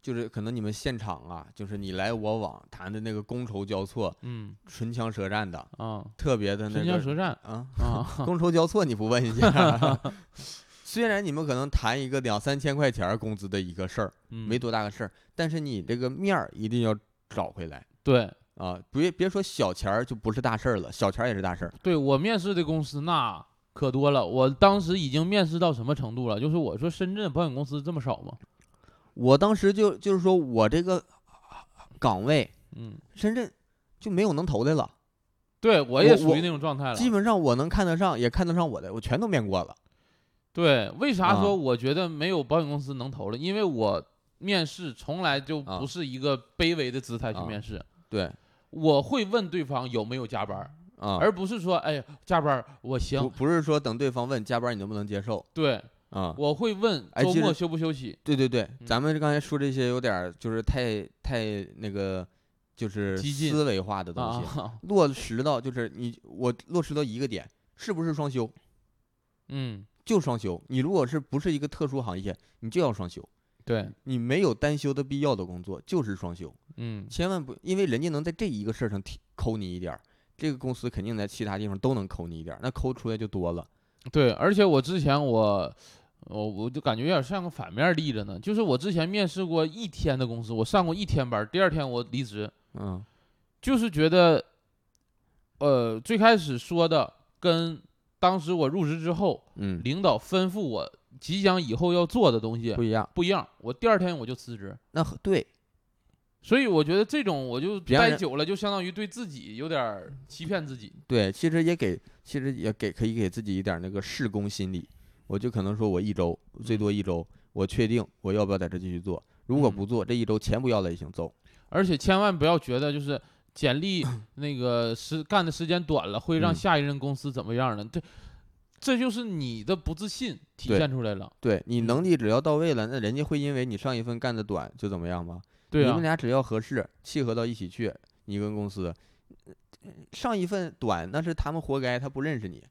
Speaker 1: 就是可能你们现场啊，就是你来我往谈的那个觥筹交错、
Speaker 2: 嗯
Speaker 1: 唇枪舌战的，
Speaker 2: 啊，
Speaker 1: 特别的那
Speaker 2: 唇枪
Speaker 1: 个
Speaker 2: 舌战
Speaker 1: 啊，
Speaker 2: 啊，
Speaker 1: 觥筹交错，你不问一下？ 虽然你们可能谈一个两三千块钱儿工资的一个事儿，
Speaker 2: 嗯
Speaker 1: 没多大个事儿，但是你这个面儿一定要找回来
Speaker 2: 对
Speaker 1: 啊！别别说小钱儿就不是大事儿了，小钱儿也是大事儿。
Speaker 2: 对，我面试的公司那可多了，我当时已经面试到什么程度了？就是我说深圳保险公司这么少吗？
Speaker 1: 我当时就就是说我这个岗位，
Speaker 2: 嗯，
Speaker 1: 深圳就没有能投的了。
Speaker 2: 对我也
Speaker 1: 我
Speaker 2: 属
Speaker 1: 我
Speaker 2: 于那种状态了。
Speaker 1: 基本上我能看得上，也看得上我的，我全都面过了。
Speaker 2: 对，为啥
Speaker 1: 啊
Speaker 2: 说我觉得没有保险公司能投了？因为我面试从来就
Speaker 1: 啊
Speaker 2: 不是一个卑微的姿态去
Speaker 1: 啊
Speaker 2: 面试，
Speaker 1: 对，
Speaker 2: 我会问对方有没有加班儿，
Speaker 1: 啊、
Speaker 2: 而不是说哎呀加班儿我
Speaker 1: 不
Speaker 2: 行。
Speaker 1: 不是说等对方问加班你能不能接受
Speaker 2: 对，
Speaker 1: 啊、
Speaker 2: 我会问
Speaker 1: 哎
Speaker 2: 周
Speaker 1: 其
Speaker 2: 末
Speaker 1: 实
Speaker 2: 休不休息，
Speaker 1: 对对对，
Speaker 2: 嗯
Speaker 1: 咱们刚才说这些有点儿就是太太那个，就是
Speaker 2: 激进
Speaker 1: 思维化的东西，
Speaker 2: 啊，
Speaker 1: 落实到就是你我落实到一个点，是不是双休？
Speaker 2: 嗯，
Speaker 1: 就双休。你如果是不是一个特殊行业，你就要双休。
Speaker 2: 对，
Speaker 1: 你没有单休的必要的工作就是双休，
Speaker 2: 嗯，
Speaker 1: 千万不，因为人家能在这一个事儿上提抠你一点儿，这个公司肯定在其他地方都能抠你一点儿，那抠出来就多了。
Speaker 2: 对，而且我之前我。我我就感觉有点像个反面例子呢，就是我之前面试过一天的公司，我上过一天班儿，第二天我离职，
Speaker 1: 嗯
Speaker 2: 就是觉得，呃，最开始说的跟当时我入职之后，
Speaker 1: 嗯，
Speaker 2: 领导吩咐我即将以后要做的东西
Speaker 1: 不一样。
Speaker 2: 不一样，我第二天我就辞职。
Speaker 1: 那和对，
Speaker 2: 所以我觉得这种我就
Speaker 1: 别让
Speaker 2: 待
Speaker 1: 人
Speaker 2: 久了，就相当于对自己有点儿欺骗自己。
Speaker 1: 对，其实也给，其实也给可以给自己一点儿那个试工心理。我就可能说，我一周最
Speaker 2: 嗯
Speaker 1: 多一周，我确定我要不要在这继续做。如果不做，这一周钱不要了也行，走。
Speaker 2: 而且千万不要觉得就是 简历那个时干的时间短了，会让
Speaker 1: 嗯
Speaker 2: 下一任公司怎么样呢？这这就是你的不自信体
Speaker 1: 对
Speaker 2: 现出来了。
Speaker 1: 对你
Speaker 2: 嗯
Speaker 1: 能力只要到位了，那人家会因为你上一份干的短就怎么样吗？
Speaker 2: 对
Speaker 1: 你
Speaker 2: 啊
Speaker 1: 们，俩只要合适，契合到一起去，你跟公司。嗯上一份短那是他们活该，他不认识你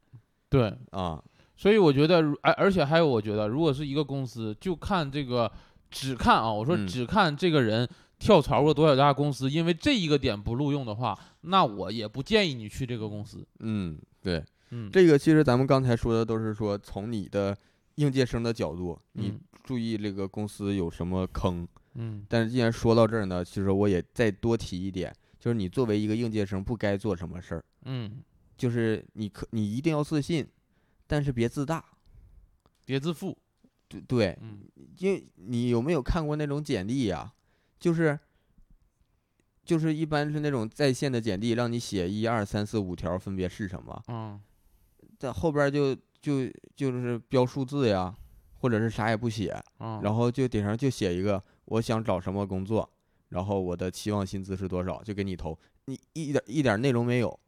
Speaker 2: 对。
Speaker 1: 啊。
Speaker 2: 所以我觉得如，而而且还有，我觉得如果是一个公司，就看这个，只看啊，我说
Speaker 1: 嗯
Speaker 2: 只看这个人跳槽过多少家公司，因为这一个点不录用的话，那我也不建议你去这个公司。
Speaker 1: 嗯，对，
Speaker 2: 嗯，
Speaker 1: 这个其实咱们刚才说的都是说从你的应届生的角度，你
Speaker 2: 嗯
Speaker 1: 注意这个公司有什么坑，
Speaker 2: 嗯
Speaker 1: 但是既然说到这儿呢，其实我也再多提一点，就是你作为一个应届生不该做什么事儿，
Speaker 2: 嗯，
Speaker 1: 就是你可你一定要自信，但是别自大。
Speaker 2: 别自负。
Speaker 1: 对对，
Speaker 2: 嗯
Speaker 1: 因为你有没有看过那种简历呀、就是就是一般是那种在线的简历，让你写一二三四五条分别是什么，
Speaker 2: 嗯
Speaker 1: 在后边儿就就就是标数字呀，或者是啥也不写，
Speaker 2: 嗯，
Speaker 1: 然后就顶上就写一个我想找什么工作，然后我的期望薪资是多少，就给你投，你一点一点内容没有，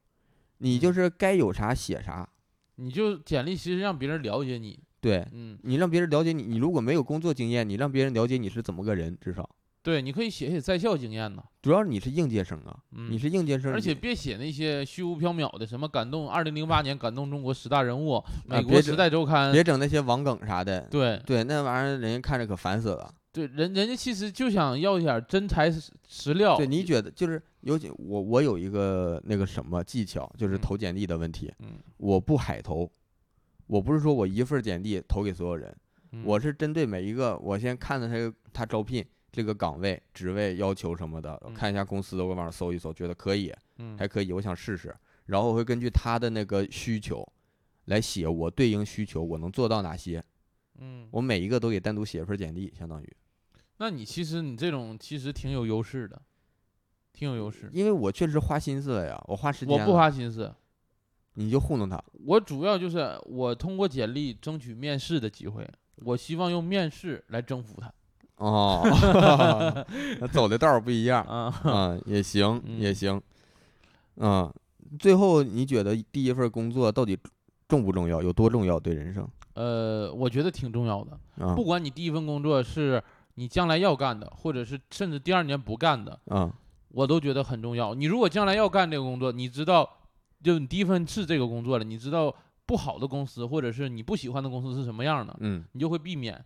Speaker 1: 你就
Speaker 2: 嗯
Speaker 1: 是该有啥写啥，
Speaker 2: 你就简历其实让别人了解你。
Speaker 1: 对
Speaker 2: 嗯，
Speaker 1: 你让别人了解你，你如果没有工作经验，你让别人了解你是怎么个人，至少
Speaker 2: 对，你可以写写在校经验呐。
Speaker 1: 主要你是应届生啊，
Speaker 2: 嗯，
Speaker 1: 你是应届生，
Speaker 2: 而且
Speaker 1: 你
Speaker 2: 别写那些虚无缥缈的，什么感动二零零八年感动中国十大人物，美
Speaker 1: 啊别
Speaker 2: 国
Speaker 1: 整
Speaker 2: 时代周刊。
Speaker 1: 别整那些网梗啥的，
Speaker 2: 对，
Speaker 1: 对，那玩意儿人家看着可烦死了。
Speaker 2: 对，人人家其实就想要一点儿真材实实料。
Speaker 1: 对，你觉得就是尤其我我有一个那个什么技巧，就是
Speaker 2: 嗯
Speaker 1: 投简历的问题，
Speaker 2: 嗯
Speaker 1: 我不海投，我不是说我一份儿简历投给所有人，
Speaker 2: 嗯
Speaker 1: 我是针对每一个，我先看的他他招聘这个岗位、职位要求什么的，
Speaker 2: 嗯
Speaker 1: 看一下公司的，我网上搜一搜，觉得可以，
Speaker 2: 嗯
Speaker 1: 还可以，我想试试。然后我会根据他的那个需求来写我对应需求我能做到哪些，
Speaker 2: 嗯，
Speaker 1: 我每一个都给单独写一份简历，相当于，
Speaker 2: 那你其实你这种其实挺有优势的，挺有优势。
Speaker 1: 因为我确实花心思了呀，我花时间啊
Speaker 2: 我
Speaker 1: 了，
Speaker 2: 不花心思，
Speaker 1: 你就糊弄 他，
Speaker 2: 我主要就是我通过简历争取面试的机会，我希望用面试来征服他
Speaker 1: 哦，那走的道儿不一 样
Speaker 2: 啊。
Speaker 1: 啊，也行，也
Speaker 2: 嗯
Speaker 1: 行，嗯，最后你觉得第一份工作到底重不重要，有多重要对人生
Speaker 2: 呃，我觉得挺重要的，
Speaker 1: 啊？
Speaker 2: 不管你第一份工作是你将来要干的，或者是甚至第二年不干的，
Speaker 1: 啊，
Speaker 2: 我都觉得很重要。你如果将来要干这个工作，你知道，就你第一份是这个工作了，你知道不好的公司或者是你不喜欢的公司是什么样的，
Speaker 1: 嗯
Speaker 2: 你就会避免。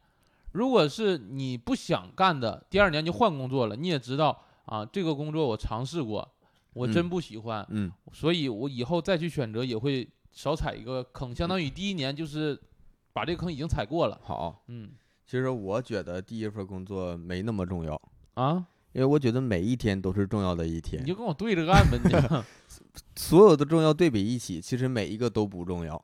Speaker 2: 如果是你不想干的，第二年就换工作了，你也知道啊，这个工作我尝试过，我真
Speaker 1: 嗯
Speaker 2: 不喜欢，
Speaker 1: 嗯
Speaker 2: 所以我以后再去选择也会少踩一个坑，相当于第一年就是把这个坑已经踩过了。
Speaker 1: 好。
Speaker 2: 嗯
Speaker 1: 其实我觉得第一份工作没那么重要，
Speaker 2: 啊，
Speaker 1: 因为我觉得每一天都是重要的一
Speaker 2: 你
Speaker 1: 天，
Speaker 2: 就跟我对着干吧，你就
Speaker 1: 所有的重要对比一起，其实每一个都不重要。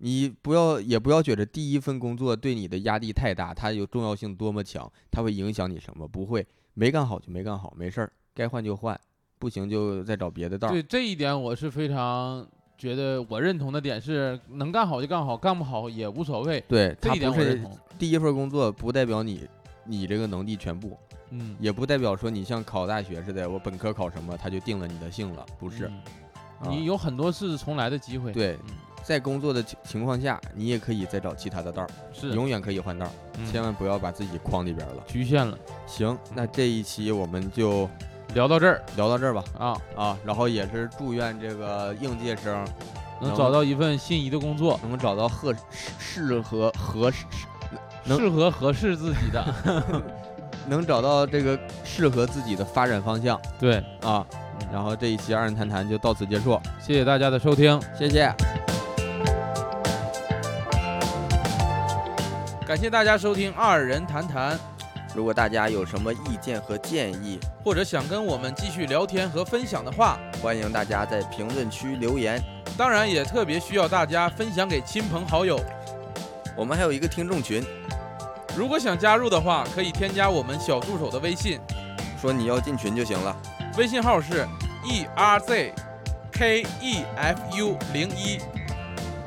Speaker 1: 你不要也不要觉得第一份工作对你的压力太大，它有重要性多么强，它会影响你什么？不会，没干好就没干好，没事儿，该换就换，不行就再找别的道儿。
Speaker 2: 对这一点我是非常觉得我认同的点是，能干好就干好，干不好也无所谓。
Speaker 1: 对，
Speaker 2: 这
Speaker 1: 它
Speaker 2: 一点
Speaker 1: 不
Speaker 2: 我认
Speaker 1: 是
Speaker 2: 同。
Speaker 1: 第一份工作，不代表你你这个能力全部，
Speaker 2: 嗯，
Speaker 1: 也不代表说你像考大学似的，我本科考什么，它就定了你的性了，不
Speaker 2: 不
Speaker 1: 是。啊
Speaker 2: 嗯你有很多次重来的机会。
Speaker 1: 对
Speaker 2: 嗯，
Speaker 1: 在工作的情情况下，你也可以再找其他的道儿，
Speaker 2: 是
Speaker 1: 永远可以换道儿，
Speaker 2: 嗯
Speaker 1: 千万不要把自己框里边儿了。
Speaker 2: 局限了。
Speaker 1: 行，那这一期我们就
Speaker 2: 聊到这儿
Speaker 1: 聊到这儿吧，
Speaker 2: 啊，
Speaker 1: 啊，然后也是祝愿这个应届生
Speaker 2: 能
Speaker 1: 能
Speaker 2: 找到一份心仪的工作，
Speaker 1: 能找到合适适合合适，能
Speaker 2: 适合合适自己的。
Speaker 1: 能找到这个适合自己的发展方向
Speaker 2: 对，
Speaker 1: 啊。然后这一期二人谈谈就到此结束，
Speaker 2: 谢谢大家的收听。
Speaker 1: 谢谢。
Speaker 2: 感谢大家收听《二人谈谈》，
Speaker 1: 如果大家有什么意见和建议，
Speaker 2: 或者想跟我们继续聊天和分享的话，
Speaker 1: 欢迎大家在评论区留言。
Speaker 2: 当然也特别需要大家分享给亲朋好友。
Speaker 1: 我们还有一个听众群，
Speaker 2: 如果想加入的话，可以添加我们小助手的微信，
Speaker 1: 说你要进群就行了。
Speaker 2: 微信号是 e r z k e f u 零一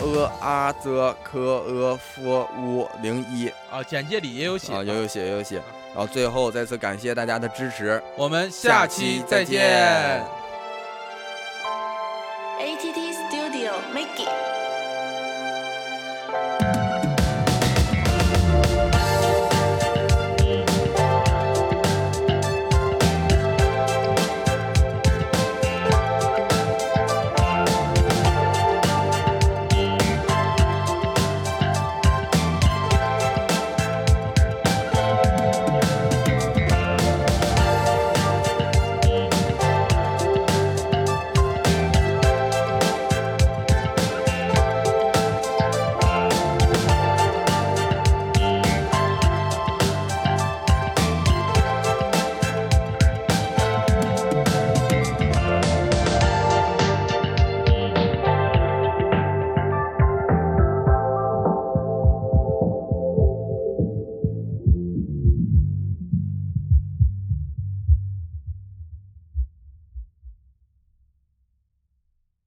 Speaker 1: a a z k e f u 零一
Speaker 2: 啊，简介里也有写。
Speaker 1: 啊，有有写有有写。然后最后再次感谢大家的支持，
Speaker 2: 我们下期再见。